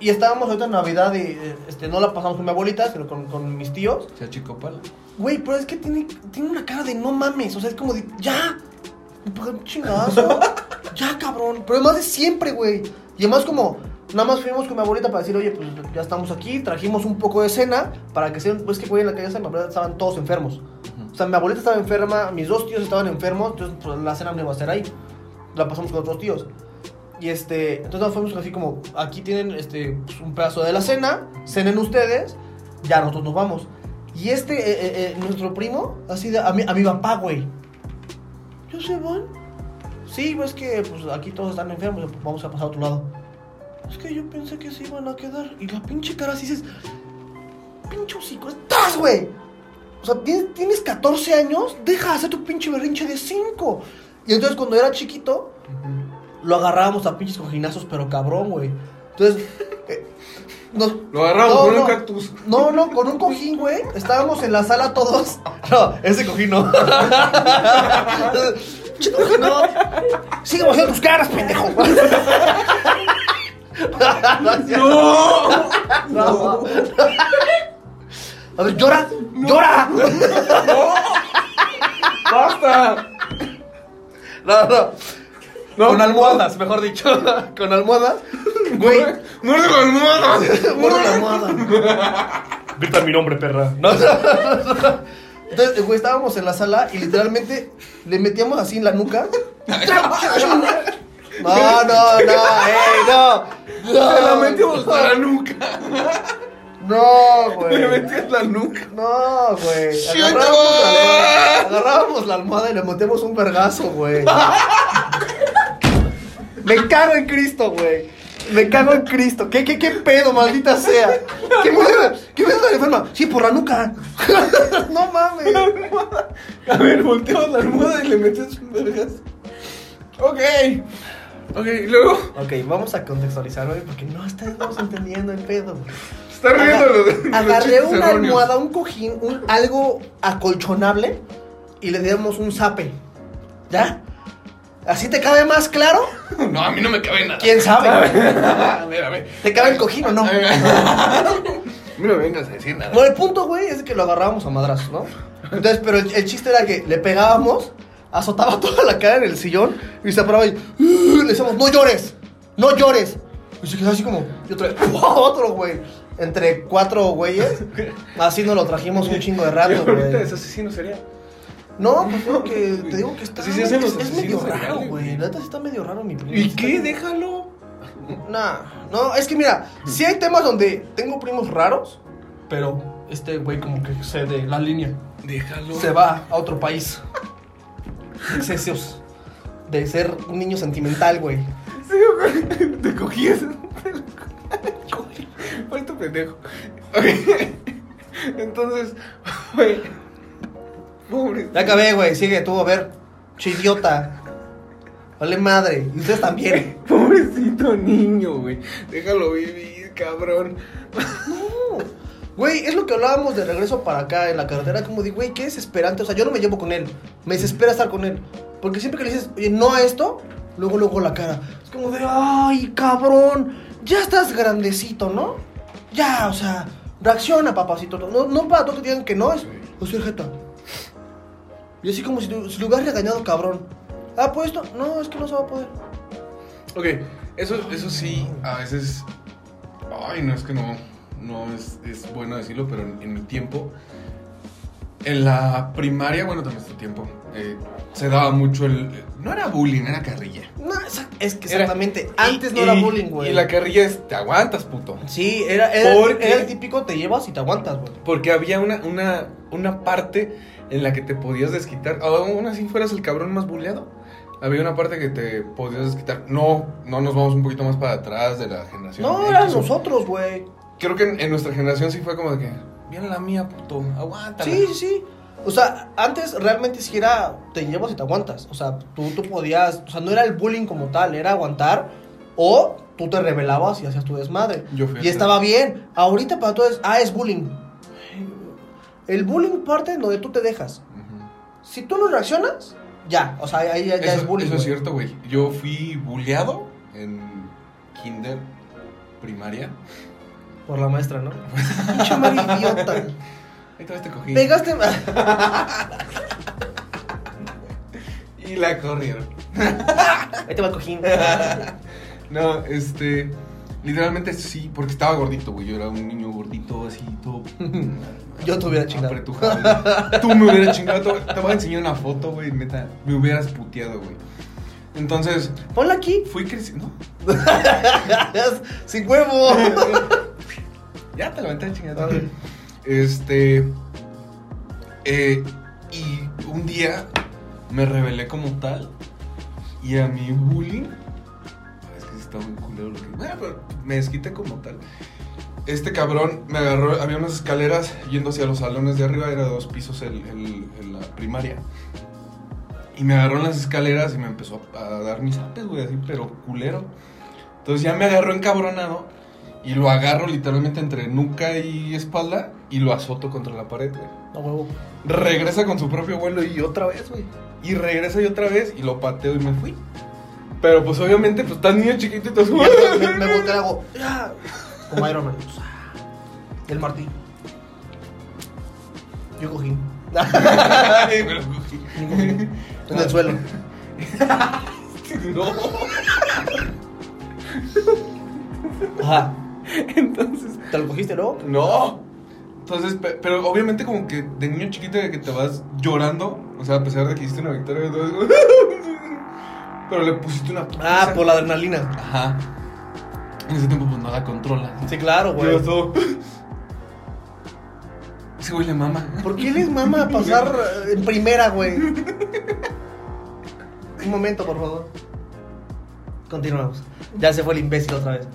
Speaker 4: Y estábamos ahorita en Navidad y eh, este, no la pasamos con mi abuelita, sino con, con mis tíos.
Speaker 5: Se achicopala.
Speaker 4: Güey, pero es que tiene, tiene una cara de no mames. O sea, es como de, ya, me pegué un chingazo. ya, cabrón. Pero además de siempre, güey. Y además como, nada más fuimos con mi abuelita para decir, oye, pues ya estamos aquí. Trajimos un poco de cena para que sean, pues que, güey, en la calle de mi abuelita estaban todos enfermos. O sea, mi abuelita estaba enferma, mis dos tíos estaban enfermos, entonces pues, la cena no iba a ser ahí. La pasamos con otros tíos. Y este, entonces nos fuimos así como, aquí tienen este, pues, un pedazo de la cena, cenen ustedes, ya nosotros nos vamos. Y este, eh, eh, eh, nuestro primo, así de, a mi, a mi papá, güey. ¿Yo sé, van? Sí, pues que pues, aquí todos están enfermos, pues, vamos a pasar a otro lado. Es que yo pensé que se iban a quedar. Y la pinche cara así dices, pinche hocico, estás, güey. O sea, tienes, tienes 14 años, deja de hacer tu pinche berrinche de 5. Y entonces cuando era chiquito, lo agarrábamos a pinches cojinazos, pero cabrón, güey. Entonces, eh, nos-
Speaker 5: Lo agarramos
Speaker 4: No,
Speaker 5: con
Speaker 4: no.
Speaker 5: un cactus.
Speaker 4: no, no, con un cojín, güey. Estábamos en la sala todos. No, ese cojín no. Che, cojín no. Sigue mostrando tus caras, pendejo.
Speaker 5: ¡No!
Speaker 4: No. A ver, llora, llora.
Speaker 5: ¡Basta!
Speaker 4: No, no.
Speaker 5: No.
Speaker 4: Con almohadas, mejor dicho. Con almohadas. Güey.
Speaker 5: ¡Muerde con almohadas!
Speaker 4: Muerde la almohada.
Speaker 6: Grita mi nombre, perra.
Speaker 4: No, no, no. Entonces, güey, estábamos en la sala y literalmente le metíamos así en la nuca. No, no, no, ey, no. no
Speaker 5: ¡Se la metimos a la nuca!
Speaker 4: No,
Speaker 5: ¡Le
Speaker 4: güey.
Speaker 5: metías la nuca!
Speaker 4: No, güey.
Speaker 5: Sí,
Speaker 4: Agarrábamos,
Speaker 5: no.
Speaker 4: la almohada- agarrábamos la almohada y le metemos un vergazo, güey. Me cago en Cristo, güey. Me cago en Cristo. ¿Qué, qué, qué pedo, maldita sea? ¿Qué me ¿Qué me la enferma? Sí, por la nuca. No mames.
Speaker 5: A ver, volteabas la almohada y le metías un vergas. Ok. Ok, y luego.
Speaker 4: Ok, vamos a contextualizar, güey, porque no estamos entendiendo el pedo, güey.
Speaker 5: Está riendo los- los
Speaker 4: Agarré
Speaker 5: chistes
Speaker 4: una
Speaker 5: erróneos.
Speaker 4: almohada, un cojín, un algo acolchonable y le dimos un zape. ¿Ya? ¿Así te cabe más claro?
Speaker 5: No, a mí no me cabe nada.
Speaker 4: ¿Quién sabe?
Speaker 5: A ver, a ver.
Speaker 4: ¿Te cabe el cojín o no?
Speaker 5: A ver, a mí no me vengas a decir nada.
Speaker 4: Bueno, el punto, güey, es que lo agarrábamos a madrazos, ¿no? Entonces, pero el, el chiste era que le pegábamos, azotaba toda la cara en el sillón y se paraba y "Ugh", le decíamos, no llores, no llores. Y se quedó así como, y otra vez, otro, güey. Entre cuatro güeyes, así nos lo trajimos un chingo de rato,
Speaker 5: Yo ahorita
Speaker 4: güey.
Speaker 5: es asesino sería.
Speaker 4: No, pues digo que, te digo que está.
Speaker 5: Así se hacen los
Speaker 4: es, es medio
Speaker 5: asesinos
Speaker 4: raro,
Speaker 5: seriales,
Speaker 4: güey.
Speaker 5: güey.
Speaker 4: La neta sí está medio raro mi primo.
Speaker 5: ¿Y
Speaker 4: Está
Speaker 5: qué?
Speaker 4: medio-
Speaker 5: Déjalo.
Speaker 4: Nah, no, es que mira, sí hay temas donde tengo primos raros, pero este güey como que cede la línea.
Speaker 5: Déjalo.
Speaker 4: Se va a otro país. Excesios. De ser un niño sentimental, güey.
Speaker 5: Sigo con- Te cogías. Fue tu pendejo. Ok. Entonces, güey. Pobre.
Speaker 4: Ya acabé, güey. Sigue tú, a ver. Che idiota. Vale madre. Y ustedes también.
Speaker 5: Pobrecito niño, güey. Déjalo vivir, cabrón.
Speaker 4: Güey, es lo que hablábamos de regreso para acá en la carretera. Como digo, güey, qué desesperante. O sea, yo no me llevo con él. Me desespera estar con él. Porque siempre que le dices, oye, no a esto, luego, luego la cara. Es como de, ay, cabrón. Ya estás grandecito, ¿no? Ya, o sea, reacciona, papacito. No, no para todo que digan que no es. O sea, jeta. Y así como si, tu- si lo hubieras regañado, cabrón. Ah, pues esto. No, es que no se va a poder.
Speaker 5: Ok, eso, eso sí, a veces. Ay, no es que no. No es, es bueno decirlo, pero en, en mi tiempo. En la primaria, bueno, también es tu tiempo. eh, se daba mucho el. No era bullying, era carrilla.
Speaker 4: No, esa- es que
Speaker 5: Era-
Speaker 4: exactamente.
Speaker 5: y-
Speaker 4: Antes no era
Speaker 5: y-
Speaker 4: bullying, güey.
Speaker 5: Y la carrilla es. Te aguantas, puto.
Speaker 4: Sí, era, era,
Speaker 5: Porque-
Speaker 4: era el típico te llevas y te aguantas, güey.
Speaker 5: Porque había una, una, una parte en la que te podías desquitar. Aún así fueras el cabrón más bulleado. Había una parte que te podías desquitar. No, no nos vamos un poquito más para atrás de la generación.
Speaker 4: No,
Speaker 5: X
Speaker 4: eran
Speaker 5: o-
Speaker 4: nosotros, güey.
Speaker 5: Creo que en, en nuestra generación sí fue como de que. Viene la mía, puto. Aguanta.
Speaker 4: Sí, sí, sí. O sea, antes realmente sí era te llevas y te aguantas. O sea, tú, tú podías. O sea, no era el bullying como tal, era aguantar. O tú te rebelabas y hacías tu desmadre.
Speaker 5: Yo fui
Speaker 4: y
Speaker 5: ese.
Speaker 4: estaba bien. Ahorita para todos es. Ah, es bullying. El bullying parte en donde tú te dejas. Si tú no reaccionas, ya. O sea, ahí ya, ya
Speaker 5: eso,
Speaker 4: es bullying.
Speaker 5: eso es
Speaker 4: güey.
Speaker 5: cierto, güey. Yo fui bulleado en kinder, primaria.
Speaker 4: Por la maestra, ¿no? Pinche madre idiota.
Speaker 5: Ahí todavía te cogí.
Speaker 4: Pegaste.
Speaker 5: Y la corrieron.
Speaker 4: Ahí te va el cojín.
Speaker 5: No, este. Literalmente sí, porque estaba gordito, güey. Yo era un niño gordito, así, todo.
Speaker 4: Yo te hubiera chingado.
Speaker 5: apretujado. Tú me hubieras chingado. Te, te voy a enseñar una foto, güey, neta. Me hubieras puteado, güey. Entonces,
Speaker 4: Ponla aquí.
Speaker 5: fui creciendo.
Speaker 4: Sin huevo.
Speaker 5: ya te levanté, chingada. Este. eh, y un día me rebelé como tal. Y a mi bullying. Es que sí está muy culero lo que. Bueno, pero me desquité como tal. este cabrón me agarró, había unas escaleras yendo hacia los salones de arriba, era dos pisos el, el- el- la primaria. Y me agarró en las escaleras y me empezó a a dar mis apes, güey, así, pero culero. Entonces ya me agarró encabronado y lo agarro literalmente entre nuca y espalda y lo azoto contra la pared, güey.
Speaker 4: No huevo.
Speaker 5: Regresa con su propio vuelo y otra vez, güey. Y regresa y otra vez y lo pateo y me fui. Pero pues obviamente, pues estás niño chiquito y te
Speaker 4: Y entonces me, me volteo y hago. "Ah", Como Iron Man. El martillo. Yo cogí.
Speaker 5: Ay, me lo cogí.
Speaker 4: En el suelo.
Speaker 5: No.
Speaker 4: Ajá.
Speaker 5: Entonces.
Speaker 4: ¿Te lo cogiste luego?
Speaker 5: No. Entonces, pe- pero obviamente como que de niño chiquito de que te vas llorando, o sea, a pesar de que hiciste una victoria, y todo eso, pero le pusiste una...
Speaker 4: Ah,
Speaker 5: putiza.
Speaker 4: por la adrenalina.
Speaker 5: Ajá. En ese tiempo pues no la controla.
Speaker 4: Sí, claro, güey.
Speaker 5: Yo todo... Ese güey le mama.
Speaker 4: ¿Por qué les mama pasar eh, en primera, güey? Un momento, por favor. Continuamos. Ya se fue el imbécil otra vez.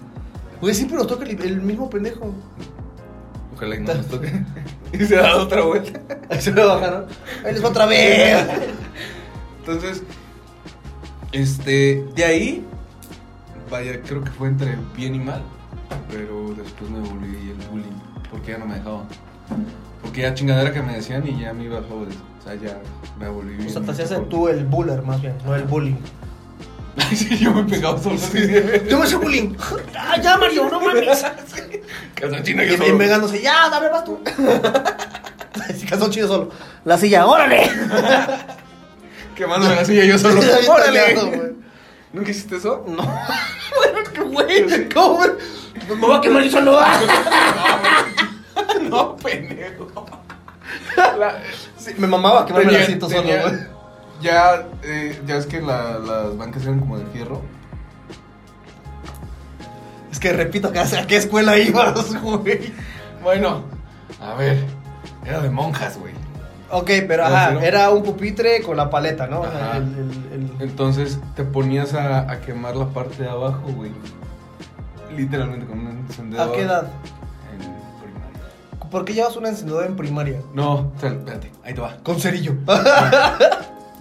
Speaker 4: Güey, siempre nos toca el, el mismo pendejo.
Speaker 5: Ojalá que no nos toque. Y se da otra vuelta.
Speaker 4: Ahí se me bajaron. Ahí les va otra vez.
Speaker 5: Entonces, este, de ahí, vaya, creo que fue entre bien y mal, pero después me volví el bullying, porque ya no me dejaban. Porque ya chingadera que me decían y ya me iba a favores. O sea, ya me volví bien.
Speaker 4: O sea, te hacías el- tú el buller, más bien, no el bullying.
Speaker 5: sí, yo me pegaba solo. Sí.
Speaker 4: Yo me hice bullying. Ah, ya, Mario, no mames.
Speaker 5: Casa china
Speaker 4: Y
Speaker 5: yo
Speaker 4: me
Speaker 5: solo.
Speaker 4: vengándose, ya, dame vas tú. Así que son chido solo. La silla, órale.
Speaker 5: Quemando la silla yo solo.
Speaker 4: Está bien tateado,
Speaker 5: ¡Órale!
Speaker 4: güey.
Speaker 5: ¿Nunca hiciste eso?
Speaker 4: No. Bueno, qué güey, ¿cómo? Me voy a quemar yo solo.
Speaker 5: No, pendejo.
Speaker 4: Sí, me mamaba que me
Speaker 5: Tenía-
Speaker 4: asiento solo,
Speaker 5: tenía-
Speaker 4: güey.
Speaker 5: Ya, eh, ya es que la- las bancas eran como de fierro.
Speaker 4: Es que repito, que ¿a qué escuela ibas, güey?
Speaker 5: Bueno, a ver, era de monjas, güey.
Speaker 4: Ok, pero
Speaker 5: No,
Speaker 4: ajá,
Speaker 5: sí, no.
Speaker 4: era un pupitre con la paleta, ¿no? O sea,
Speaker 5: Ajá.
Speaker 4: el- el- el-
Speaker 5: Entonces te ponías a, a quemar la parte de abajo, güey. Literalmente con un encendedor.
Speaker 4: ¿A qué edad?
Speaker 5: En primaria.
Speaker 4: ¿Por qué llevas un encendedor en primaria?
Speaker 5: No, espérate, espérate, ahí te va.
Speaker 4: Con cerillo.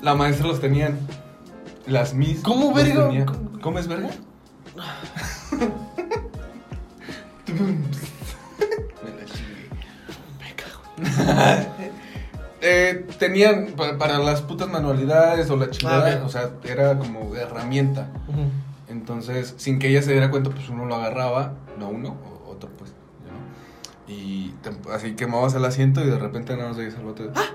Speaker 5: La maestra los tenían. Las mis.
Speaker 4: ¿Cómo,
Speaker 5: los
Speaker 4: verga?
Speaker 5: tenía.
Speaker 4: ¿Cómo?
Speaker 5: ¿Comes verga? Me la chingué. Eh, tenían pa- para las putas manualidades o la chingada,
Speaker 4: Ah, ok.
Speaker 5: o sea, era como herramienta. Entonces, sin que ella se diera cuenta, pues uno lo agarraba, no uno, o- otro pues, ¿no? Y te- así quemabas el asiento y de repente nada más de al bote. ¡Ah!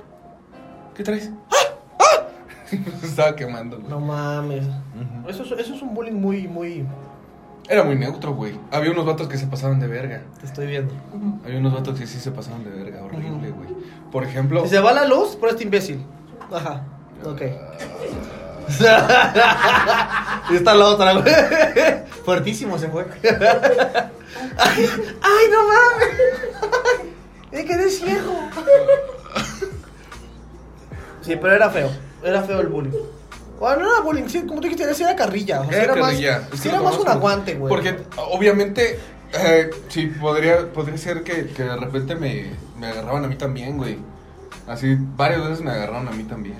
Speaker 5: ¿Qué traes? ¡Ah! ¡Ah! Estaba quemando, güey.
Speaker 4: No mames.
Speaker 5: Ujú.
Speaker 4: Eso es, eso es un bullying muy, muy.
Speaker 5: Era muy neutro, güey. Había unos vatos que se pasaban de verga.
Speaker 4: Te estoy viendo.
Speaker 5: Había unos vatos que sí se pasaban de verga, horrible, güey. Por ejemplo.
Speaker 4: Si se va la luz, por este imbécil. Ajá. Ok. y está la otra, güey. Fuertísimo se fue. ay, ay, no mames. Me quedé ciego. Sí, pero era feo. Era feo el bullying. Bueno, no era bullying, sí, como tú dijiste, sí era carrilla. O sea,
Speaker 5: Era
Speaker 4: era,
Speaker 5: carrilla.
Speaker 4: más,
Speaker 5: Es
Speaker 4: sí
Speaker 5: que
Speaker 4: era
Speaker 5: lo
Speaker 4: más un
Speaker 5: conozco.
Speaker 4: aguante, güey.
Speaker 5: Porque obviamente, eh, sí, podría, podría ser que, que de repente me, me agarraban a mí también, güey. Así, varias veces me agarraron a mí también.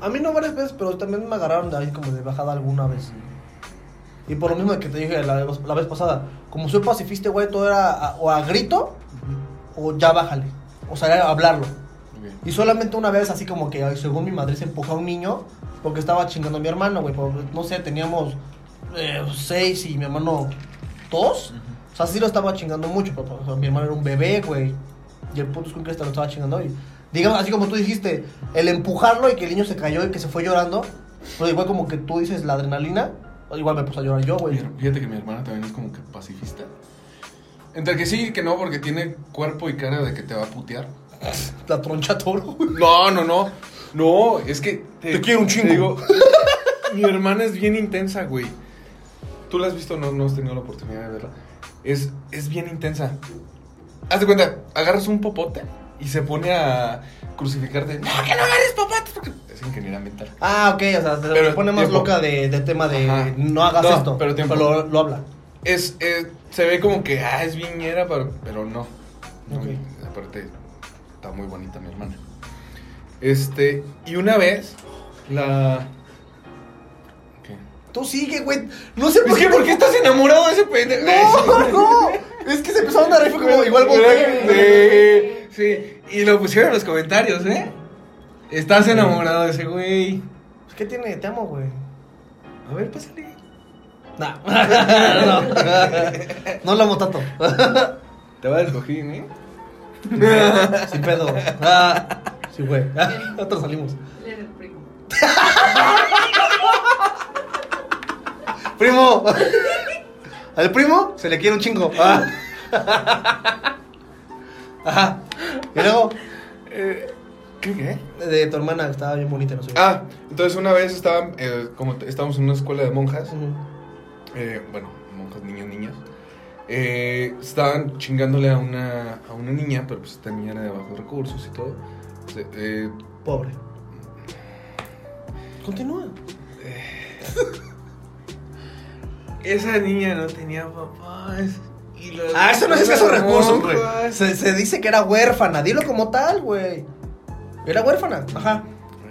Speaker 4: A mí no varias veces, pero también me agarraron de ahí como de bajada alguna vez. Y por lo mismo que te dije la, la vez pasada, como soy pacifista, güey, todo era a- o a grito o ya bájale. O sea, era hablarlo. Y solamente una vez, así como que ay, según mi madre, se empujó a un niño porque estaba chingando a mi hermano, güey. por- No sé, teníamos eh, seis y mi hermano dos. O sea, sí lo estaba chingando mucho, pero pues, o sea, mi hermano era un bebé, güey. Y el puto Skullcrest lo estaba chingando. Y digamos, así como tú dijiste, el empujarlo y que el niño se cayó y que se fue llorando. Pero igual como que tú dices la adrenalina, pues, igual me puse a llorar yo,
Speaker 5: Mi
Speaker 4: güey.
Speaker 5: her- Fíjate que mi hermana también es como que pacifista. Entre que sí y que no, porque tiene cuerpo y cara de que te va a putear.
Speaker 4: La troncha toro, güey.
Speaker 5: No, no, no. No, es que.
Speaker 4: Te quiero un chingo.
Speaker 5: digo, mi hermana es bien intensa, güey. Tú la has visto, no, no has tenido la oportunidad de verla. Es, es bien intensa. Haz de cuenta, agarras un popote y se pone a crucificarte. No, que no agarres popotes porque es ingeniera mental.
Speaker 4: Ah, ok, o sea, se
Speaker 5: Pero
Speaker 4: pone más
Speaker 5: tiempo.
Speaker 4: loca de, de tema de
Speaker 5: Ajá.
Speaker 4: no hagas
Speaker 5: No,
Speaker 4: esto.
Speaker 5: pero tiempo.
Speaker 4: lo, lo habla.
Speaker 5: Es, eh, se ve como que, ah, es viñera, pero, pero no. No,
Speaker 4: Ok.
Speaker 5: Aparte, está muy bonita mi hermana. Este, y una vez, la... ¿Qué?
Speaker 4: Tú sigue, güey. No sé por
Speaker 5: Es
Speaker 4: qué.
Speaker 5: que, ¿por qué estás enamorado de ese pendejo?
Speaker 4: No, no. Es que se empezó a andar y fue como igual
Speaker 5: Sí, sí. Y lo pusieron en los comentarios, ¿eh? Estás enamorado de ese güey.
Speaker 4: Pues, ¿Qué tiene? Te amo, güey.
Speaker 5: A ver, pásale.
Speaker 4: Nah. no. No lo amo tanto.
Speaker 5: Te va a cojín, ¿eh?
Speaker 4: Sin pedo. Ah, sí, güey. Ah, Nosotros salimos.
Speaker 2: Él era el primo.
Speaker 4: Primo. Al primo se le quiere un chingo. Ah.
Speaker 5: Ah.
Speaker 4: Ajá. Y luego,
Speaker 5: Eh, ¿Qué qué?
Speaker 4: de tu hermana estaba bien bonita, no sé.
Speaker 5: Ah, entonces una vez estaban, eh, como t- estábamos en una escuela de monjas,
Speaker 4: Ujú.
Speaker 5: eh, bueno, monjas, niños, niñas, eh, estaban chingándole a una, a una niña, pero pues esta niña era de bajos recursos y todo. Se- eh,
Speaker 4: Pobre. Continúa.
Speaker 5: esa niña no tenía papás. y los-
Speaker 4: Ah, eso no es escaso
Speaker 5: las
Speaker 4: recurso, güey.
Speaker 5: monjas-
Speaker 4: Se, se dice que era huérfana. Dilo como tal, güey. Era huérfana. Ajá.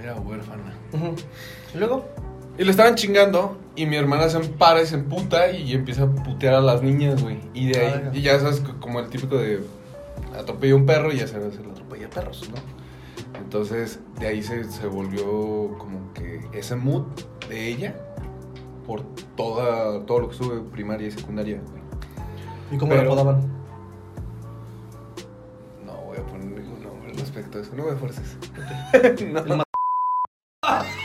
Speaker 5: Era huérfana.
Speaker 4: Ujú. Y luego,
Speaker 5: Y lo estaban chingando y mi hermana se empara y se emputa y empieza a putear a las niñas, güey. Y de ahí,
Speaker 4: Verga.
Speaker 5: y ya sabes, co- como el típico de atropella un perro y ya sabes, el atropella perros, ¿no? Entonces, de ahí se, se volvió como que ese mood de ella por toda, todo lo que estuve primaria y secundaria, güey.
Speaker 4: ¿y cómo la
Speaker 5: Pero-
Speaker 4: apodaban?
Speaker 5: No voy a poner ningún nombre respecto a eso, no me fuerces.
Speaker 4: El ma-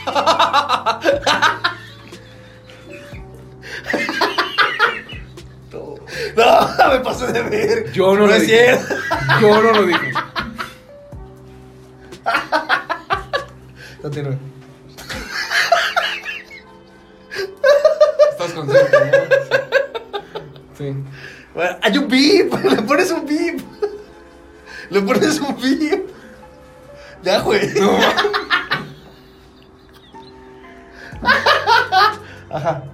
Speaker 4: No, me pasé de ver.
Speaker 5: Yo no,
Speaker 4: No
Speaker 5: lo
Speaker 4: es
Speaker 5: dije.
Speaker 4: cierto.
Speaker 5: Yo no lo dije.
Speaker 4: Continúa.
Speaker 5: Estás consciente, ¿no? Sí. Sí.
Speaker 4: Bueno, hay un beep. Le pones un beep. Le pones un beep. Ya, güey. Ajá.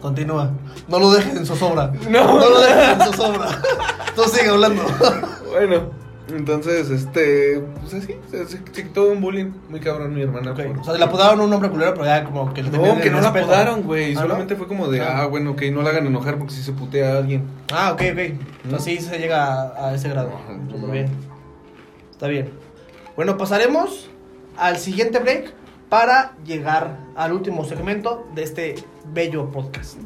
Speaker 4: Continúa. No lo dejes en zozobra.
Speaker 5: No.
Speaker 4: No lo dejes en zozobra. Tú sigue hablando.
Speaker 5: Bueno, entonces, este, pues así, se, se- se quitó un bullying muy cabrón mi hermana. por-
Speaker 4: O sea, le apodaron un hombre culero, pero ya como que le tenían
Speaker 5: No, que
Speaker 4: el
Speaker 5: no la
Speaker 4: respeto.
Speaker 5: apodaron, güey.
Speaker 4: ¿Ah, no?
Speaker 5: Solamente fue como de,
Speaker 4: Ah.
Speaker 5: ah, bueno, ok, no la hagan enojar porque si se putea a alguien.
Speaker 4: Ah, ok, ok.
Speaker 5: ¿Mm?
Speaker 4: Así se llega a, a ese grado.
Speaker 5: Ajá.
Speaker 4: Súper bien. Está bien. Bueno, pasaremos al siguiente break para llegar al último segmento de este bello podcast.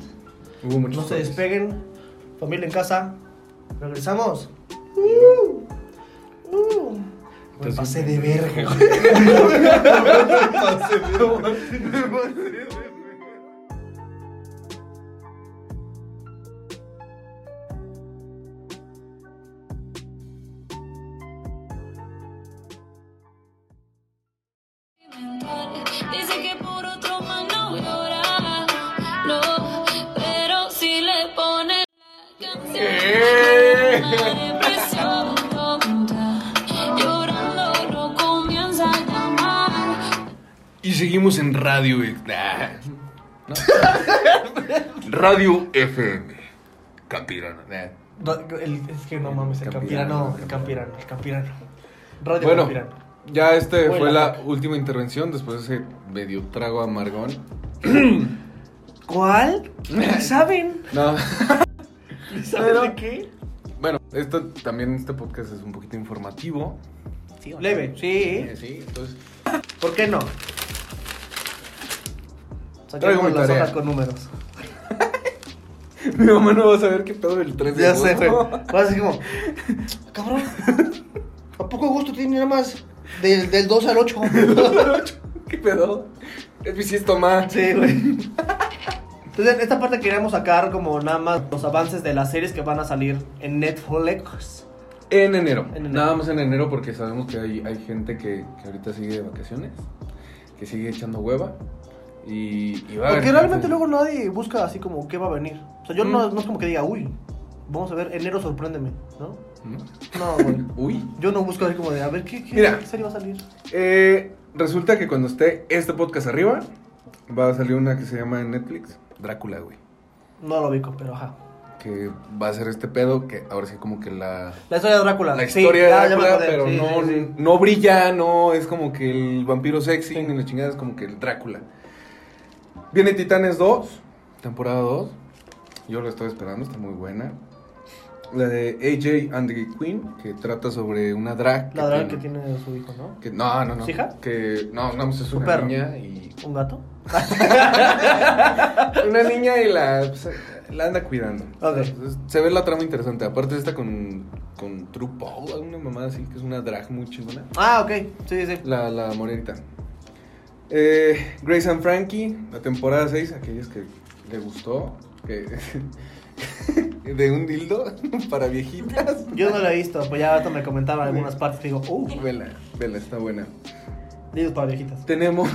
Speaker 5: Hubo muchos.
Speaker 4: No se
Speaker 5: golpes.
Speaker 4: despeguen, familia en casa. Regresamos. Uh, uh. Me
Speaker 5: Entonces,
Speaker 4: pasé de verga. güey.
Speaker 3: Dice que por otro man no llora, no, pero si le ponen la
Speaker 5: Eh.
Speaker 3: canción, la depresión tonta, llorando no comienza a llamar.
Speaker 5: Y seguimos en radio, güey. Nah. No. radio FM. Campirana. Nah.
Speaker 4: No, el- es que no mames, el
Speaker 5: Campirano.
Speaker 4: campirano, el campirano, el campirano. Radio
Speaker 5: Bueno,
Speaker 4: Campirano.
Speaker 5: ya este
Speaker 4: Huele
Speaker 5: fue
Speaker 4: a
Speaker 5: la
Speaker 4: caca.
Speaker 5: última intervención después de ese medio trago amargón.
Speaker 4: ¿Cuál? ¿Qué saben?
Speaker 5: No.
Speaker 4: ¿Qué ¿Saben de qué?
Speaker 5: Bueno, esto también este podcast es un poquito informativo.
Speaker 4: Leve, sí.
Speaker 5: Eh, Sí, entonces.
Speaker 4: ¿Por qué no?
Speaker 5: Traigo mi
Speaker 4: Saquemos las
Speaker 5: tarea.
Speaker 4: hojas con números.
Speaker 5: Mi mamá no va a saber qué pedo el 3 de
Speaker 4: Ya
Speaker 5: agosto.
Speaker 4: sé, güey. Vas así como, cabrón, ¿a poco gusto tiene nada más del, del 2 al 8?
Speaker 5: ¿Qué pedo? Es bisiesto más.
Speaker 4: sí, güey. Entonces, en esta parte queríamos sacar como nada más los avances de las series que van a salir en Netflix.
Speaker 5: En enero.
Speaker 4: En enero.
Speaker 5: Nada más en enero porque sabemos que hay, hay gente que, que ahorita sigue de vacaciones, que sigue echando hueva. Y, y va a
Speaker 4: Porque
Speaker 5: haber-
Speaker 4: realmente luego nadie busca así como qué va a venir. O sea, yo no,
Speaker 5: Mm.
Speaker 4: no es como que diga, uy, vamos a ver, enero sorpréndeme, ¿no?
Speaker 5: ¿No?
Speaker 4: No, güey.
Speaker 5: ¿Mm? Uy.
Speaker 4: Yo no busco así como de, a ver, ¿qué, qué
Speaker 5: Mira.
Speaker 4: serie va a salir?
Speaker 5: Eh, resulta que cuando esté este podcast arriba, va a salir una que se llama en Netflix Drácula, güey.
Speaker 4: No lo ubico, pero ajá.
Speaker 5: Que va a ser este pedo, que ahora sí como que la...
Speaker 4: La historia de Drácula.
Speaker 5: La
Speaker 4: Sí,
Speaker 5: historia
Speaker 4: ya-
Speaker 5: de
Speaker 4: ya me
Speaker 5: Drácula,
Speaker 4: acordé.
Speaker 5: pero
Speaker 4: Sí,
Speaker 5: no,
Speaker 4: sí, sí.
Speaker 5: no brilla, no es como que el vampiro sexy ni la chingada, es como que el Drácula. Viene Titanes 2, temporada 2. Yo la estoy esperando, está muy buena. La de AJ and the Queen, que trata sobre una drag.
Speaker 4: La drag que tiene su hijo, ¿no?
Speaker 5: que- no, no, no.
Speaker 4: ¿Su hija?
Speaker 5: Que no, no, pues es
Speaker 4: Su
Speaker 5: una
Speaker 4: perro.
Speaker 5: niña y
Speaker 4: ¿Un gato?
Speaker 5: una niña y la, pues, la anda cuidando.
Speaker 4: Ok.
Speaker 5: Se ve la trama interesante. Aparte está con con True Paul, una mamada así que es una drag muy chingona.
Speaker 4: Ah, ok. Sí, sí.
Speaker 5: La, la morenita. Eh, Grace and Frankie, la temporada 6, aquellos que le gustó. que- de un dildo para viejitas.
Speaker 4: Yo no lo he visto, pues ya ahorita me comentaba en algunas partes. Digo, uh,
Speaker 5: Vela, vela, está buena.
Speaker 4: digo para viejitas.
Speaker 5: Tenemos.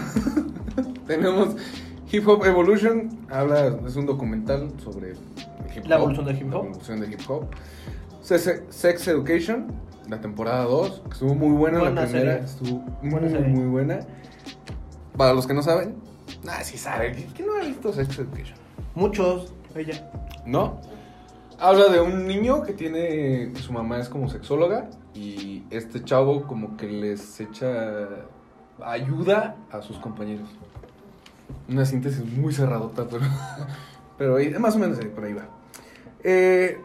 Speaker 5: tenemos Hip Hop Evolution. Habla, es un documental sobre el hip hop.
Speaker 4: La evolución del hip
Speaker 5: La
Speaker 4: hop.
Speaker 5: evolución del hip hop. Se- Sex Education, la temporada 2. que Estuvo muy buena, la
Speaker 4: Buena
Speaker 5: primera.
Speaker 4: serie.
Speaker 5: Estuvo
Speaker 4: Buena
Speaker 5: muy,
Speaker 4: serie.
Speaker 5: muy buena. Para los que no saben, ah, sí saben. ¿Qui- ¿Quién no ha visto Sex Education?
Speaker 4: Muchos. Ella.
Speaker 5: ¿No? Habla de un niño que tiene. que Su mamá es como sexóloga. Y este chavo, como que les echa ayuda a sus compañeros. Una síntesis muy cerradota, pero. Pero ahí- más o menos ahí, por ahí va. Eh,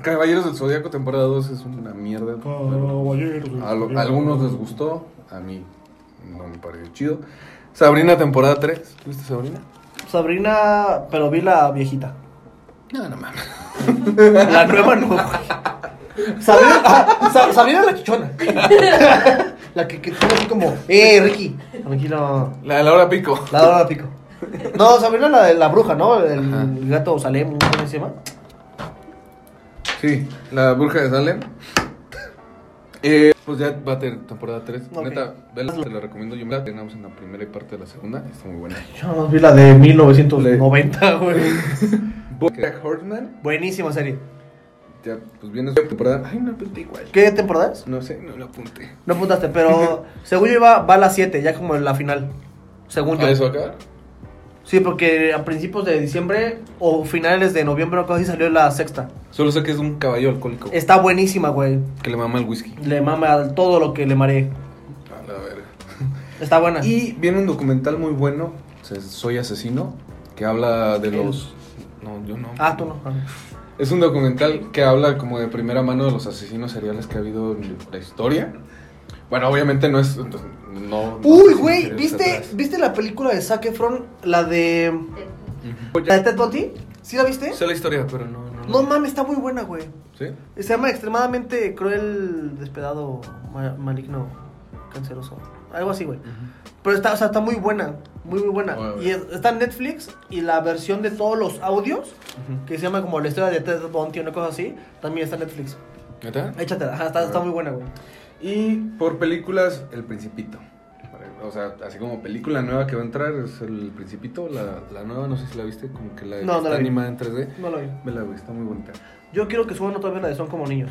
Speaker 5: Caballeros del Zodíaco, temporada 2 es una mierda. Oh.
Speaker 6: Caballeros.
Speaker 5: A, lo- a algunos les gustó, a mí no me pareció chido. Sabrina, temporada 3. ¿Viste Sabrina?
Speaker 4: Sabrina, pero vi la viejita.
Speaker 5: No, no mames.
Speaker 4: La nueva no. güey. Sabrina, ah, Sa- Sabrina la chichona. La que, que tiene así como, eh, Ricky. Tranquilo.
Speaker 5: La de Laura Pico.
Speaker 4: La dora pico. No, Sabrina la de la bruja, ¿no? El
Speaker 5: Ajá.
Speaker 4: gato Salem, ¿cómo se llama?
Speaker 5: Sí, la bruja de Salem. Eh, pues ya va a tener temporada 3.
Speaker 4: Ok.
Speaker 5: Neta, vela, te la recomiendo. Yo me la tenemos en la primera y parte de la segunda. Está muy buena.
Speaker 4: Yo nada más vi la de 1990, güey.
Speaker 5: Bojack Horseman.
Speaker 4: Buenísima serie.
Speaker 5: Ya, pues viene su temporada. Ay, no apunté igual.
Speaker 4: ¿Qué temporada es?
Speaker 5: No sé, no la apunté.
Speaker 4: No apuntaste, pero según yo iba, va a las 7, ya como en la final. Según yo.
Speaker 5: ¿A Ah, eso acá?
Speaker 4: Sí, porque a principios de diciembre o finales de noviembre o casi salió la sexta.
Speaker 5: Solo sé que es un caballo alcohólico
Speaker 4: Está buenísima, güey.
Speaker 5: que le mama el whisky.
Speaker 4: Le mama todo lo que le mareé.
Speaker 5: A la verga.
Speaker 4: Está buena.
Speaker 5: Y viene un documental muy bueno, se- Soy Asesino, que habla de
Speaker 4: Él.
Speaker 5: los... No, yo no.
Speaker 4: Ah, tú no. Ah.
Speaker 5: Es un documental que habla como de primera mano de los asesinos seriales que ha habido en la historia. Bueno, obviamente no es... No, no
Speaker 4: Uy,
Speaker 5: sé si
Speaker 4: güey,
Speaker 5: es
Speaker 4: ¿viste,
Speaker 5: atrás.
Speaker 4: ¿viste la película de Zac Efron? La de...
Speaker 5: Pues
Speaker 4: ¿La
Speaker 5: ya
Speaker 4: de Ted Bundy? ¿Sí la viste?
Speaker 5: Sé la historia, pero no... No,
Speaker 4: No mames, está muy buena, güey.
Speaker 5: ¿Sí?
Speaker 4: Se llama extremadamente cruel, despedado, ma- maligno, canceroso. Algo así, güey. Pero está, o sea, está muy buena, muy, Mm. muy buena.
Speaker 5: Bueno,
Speaker 4: y es- está en Netflix y la versión de todos los audios,
Speaker 5: Ujú.
Speaker 4: que se llama como la historia de Ted Bundy o una cosa así, también está en Netflix.
Speaker 5: ¿Neta?
Speaker 4: Échatela, ajá, está, está muy buena, güey.
Speaker 5: Y por películas, El Principito. O sea, así como película nueva que va a entrar es El Principito, la, la nueva, no sé si la viste, como que la que
Speaker 4: No, no
Speaker 5: está
Speaker 4: la vi.
Speaker 5: animada en 3D.
Speaker 4: No lo vi.
Speaker 5: Vela, güey, está muy bonita.
Speaker 4: Yo quiero que suban otra vez la de Son como niños.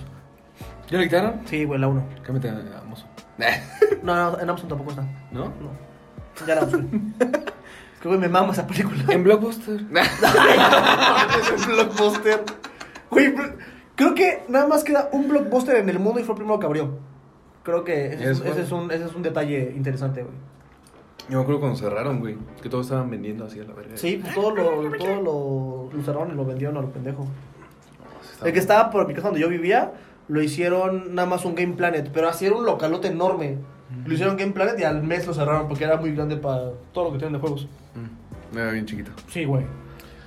Speaker 5: ¿Ya la quitaron?
Speaker 4: Sí, güey, la 1.
Speaker 5: Cámbiate a mozo.
Speaker 4: No, no, en Amazon tampoco está.
Speaker 5: ¿No?
Speaker 4: No. Ya la busqué. es que, güey, me mama esa película.
Speaker 5: En Blockbuster.
Speaker 4: un blockbuster. Güey, bl- creo que nada más queda un blockbuster en el mundo y fue el primero que abrió. Creo que ese es,
Speaker 5: Es bueno.
Speaker 4: ese es un, ese es un detalle interesante, güey.
Speaker 5: Yo me acuerdo cuando cerraron, güey. Que todos estaban vendiendo así a la verga.
Speaker 4: Sí, pues todo lo, todo lo, lo cerraron y lo vendieron a lo pendejo.
Speaker 5: Sí,
Speaker 4: El que estaba por mi casa donde yo vivía, lo hicieron nada más un Game Planet, pero así era un localote enorme. Lo hicieron Game Planet y al mes lo cerraron porque era muy grande para todo lo que tienen de juegos.
Speaker 5: Mm, Me era bien chiquito.
Speaker 4: Sí, güey.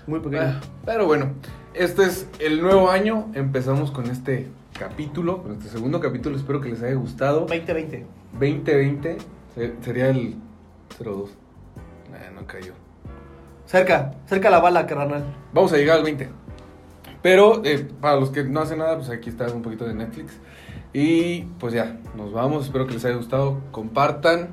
Speaker 4: Muy pequeño.
Speaker 5: Ah, Pero bueno, este es el nuevo año. Empezamos con este capítulo, con este segundo capítulo. Espero que les haya gustado.
Speaker 4: 2020.
Speaker 5: 2020 se- sería el 02. Nah, no cayó.
Speaker 4: Cerca, cerca la bala, carnal.
Speaker 5: Vamos a llegar al 20. Pero eh, para los que no hacen nada, pues aquí está un poquito de Netflix. Y pues ya, nos vamos. Espero que les haya gustado. Compartan.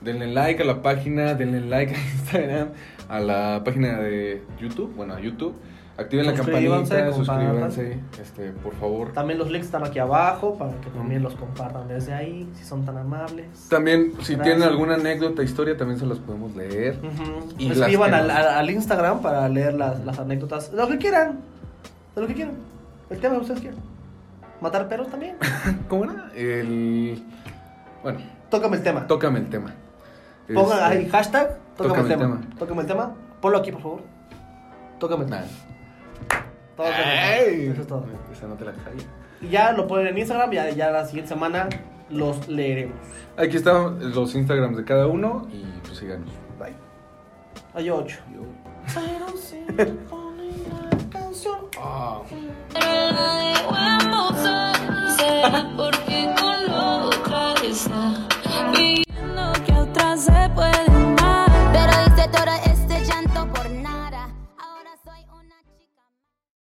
Speaker 5: Denle like a la página. Denle like a Instagram. A la página de YouTube. Bueno, a YouTube. Activen la
Speaker 4: Suscríbanse,
Speaker 5: campanita,
Speaker 4: compartan.
Speaker 5: suscríbanse. Este, por favor.
Speaker 4: También los links están aquí abajo para que también los compartan desde ahí, si son tan amables.
Speaker 5: También, si
Speaker 4: Gracias.
Speaker 5: tienen alguna anécdota, historia, también se las podemos leer.
Speaker 4: Ujú.
Speaker 5: Y las
Speaker 4: Escriban
Speaker 5: que
Speaker 4: al,
Speaker 5: nos-
Speaker 4: al- al Instagram para leer las, las anécdotas, lo que quieran, de lo que quieran, el tema que ustedes quieran. Matar perros también.
Speaker 5: ¿Cómo era? El. Bueno,
Speaker 4: Tócame el tema.
Speaker 5: tócame el tema.
Speaker 4: Pongan
Speaker 5: Este,
Speaker 4: ahí hashtag, tócame,
Speaker 5: tócame
Speaker 4: el
Speaker 5: el
Speaker 4: tema.
Speaker 5: tema.
Speaker 4: Tócame el tema. Ponlo aquí, por favor. Tócame el tema.
Speaker 5: nada.
Speaker 4: Tócame el tema.
Speaker 5: ¡Ey!
Speaker 4: Eso es todo.
Speaker 5: Eh. Esa no te la sabía.
Speaker 4: Y ya lo ponen en Instagram, ya, ya la siguiente semana los leeremos.
Speaker 5: Aquí están los Instagrams de cada uno y pues síganos.
Speaker 4: Bye. Hay ocho.
Speaker 5: Ah. Ah,
Speaker 3: Pero la de huevo soy, será porque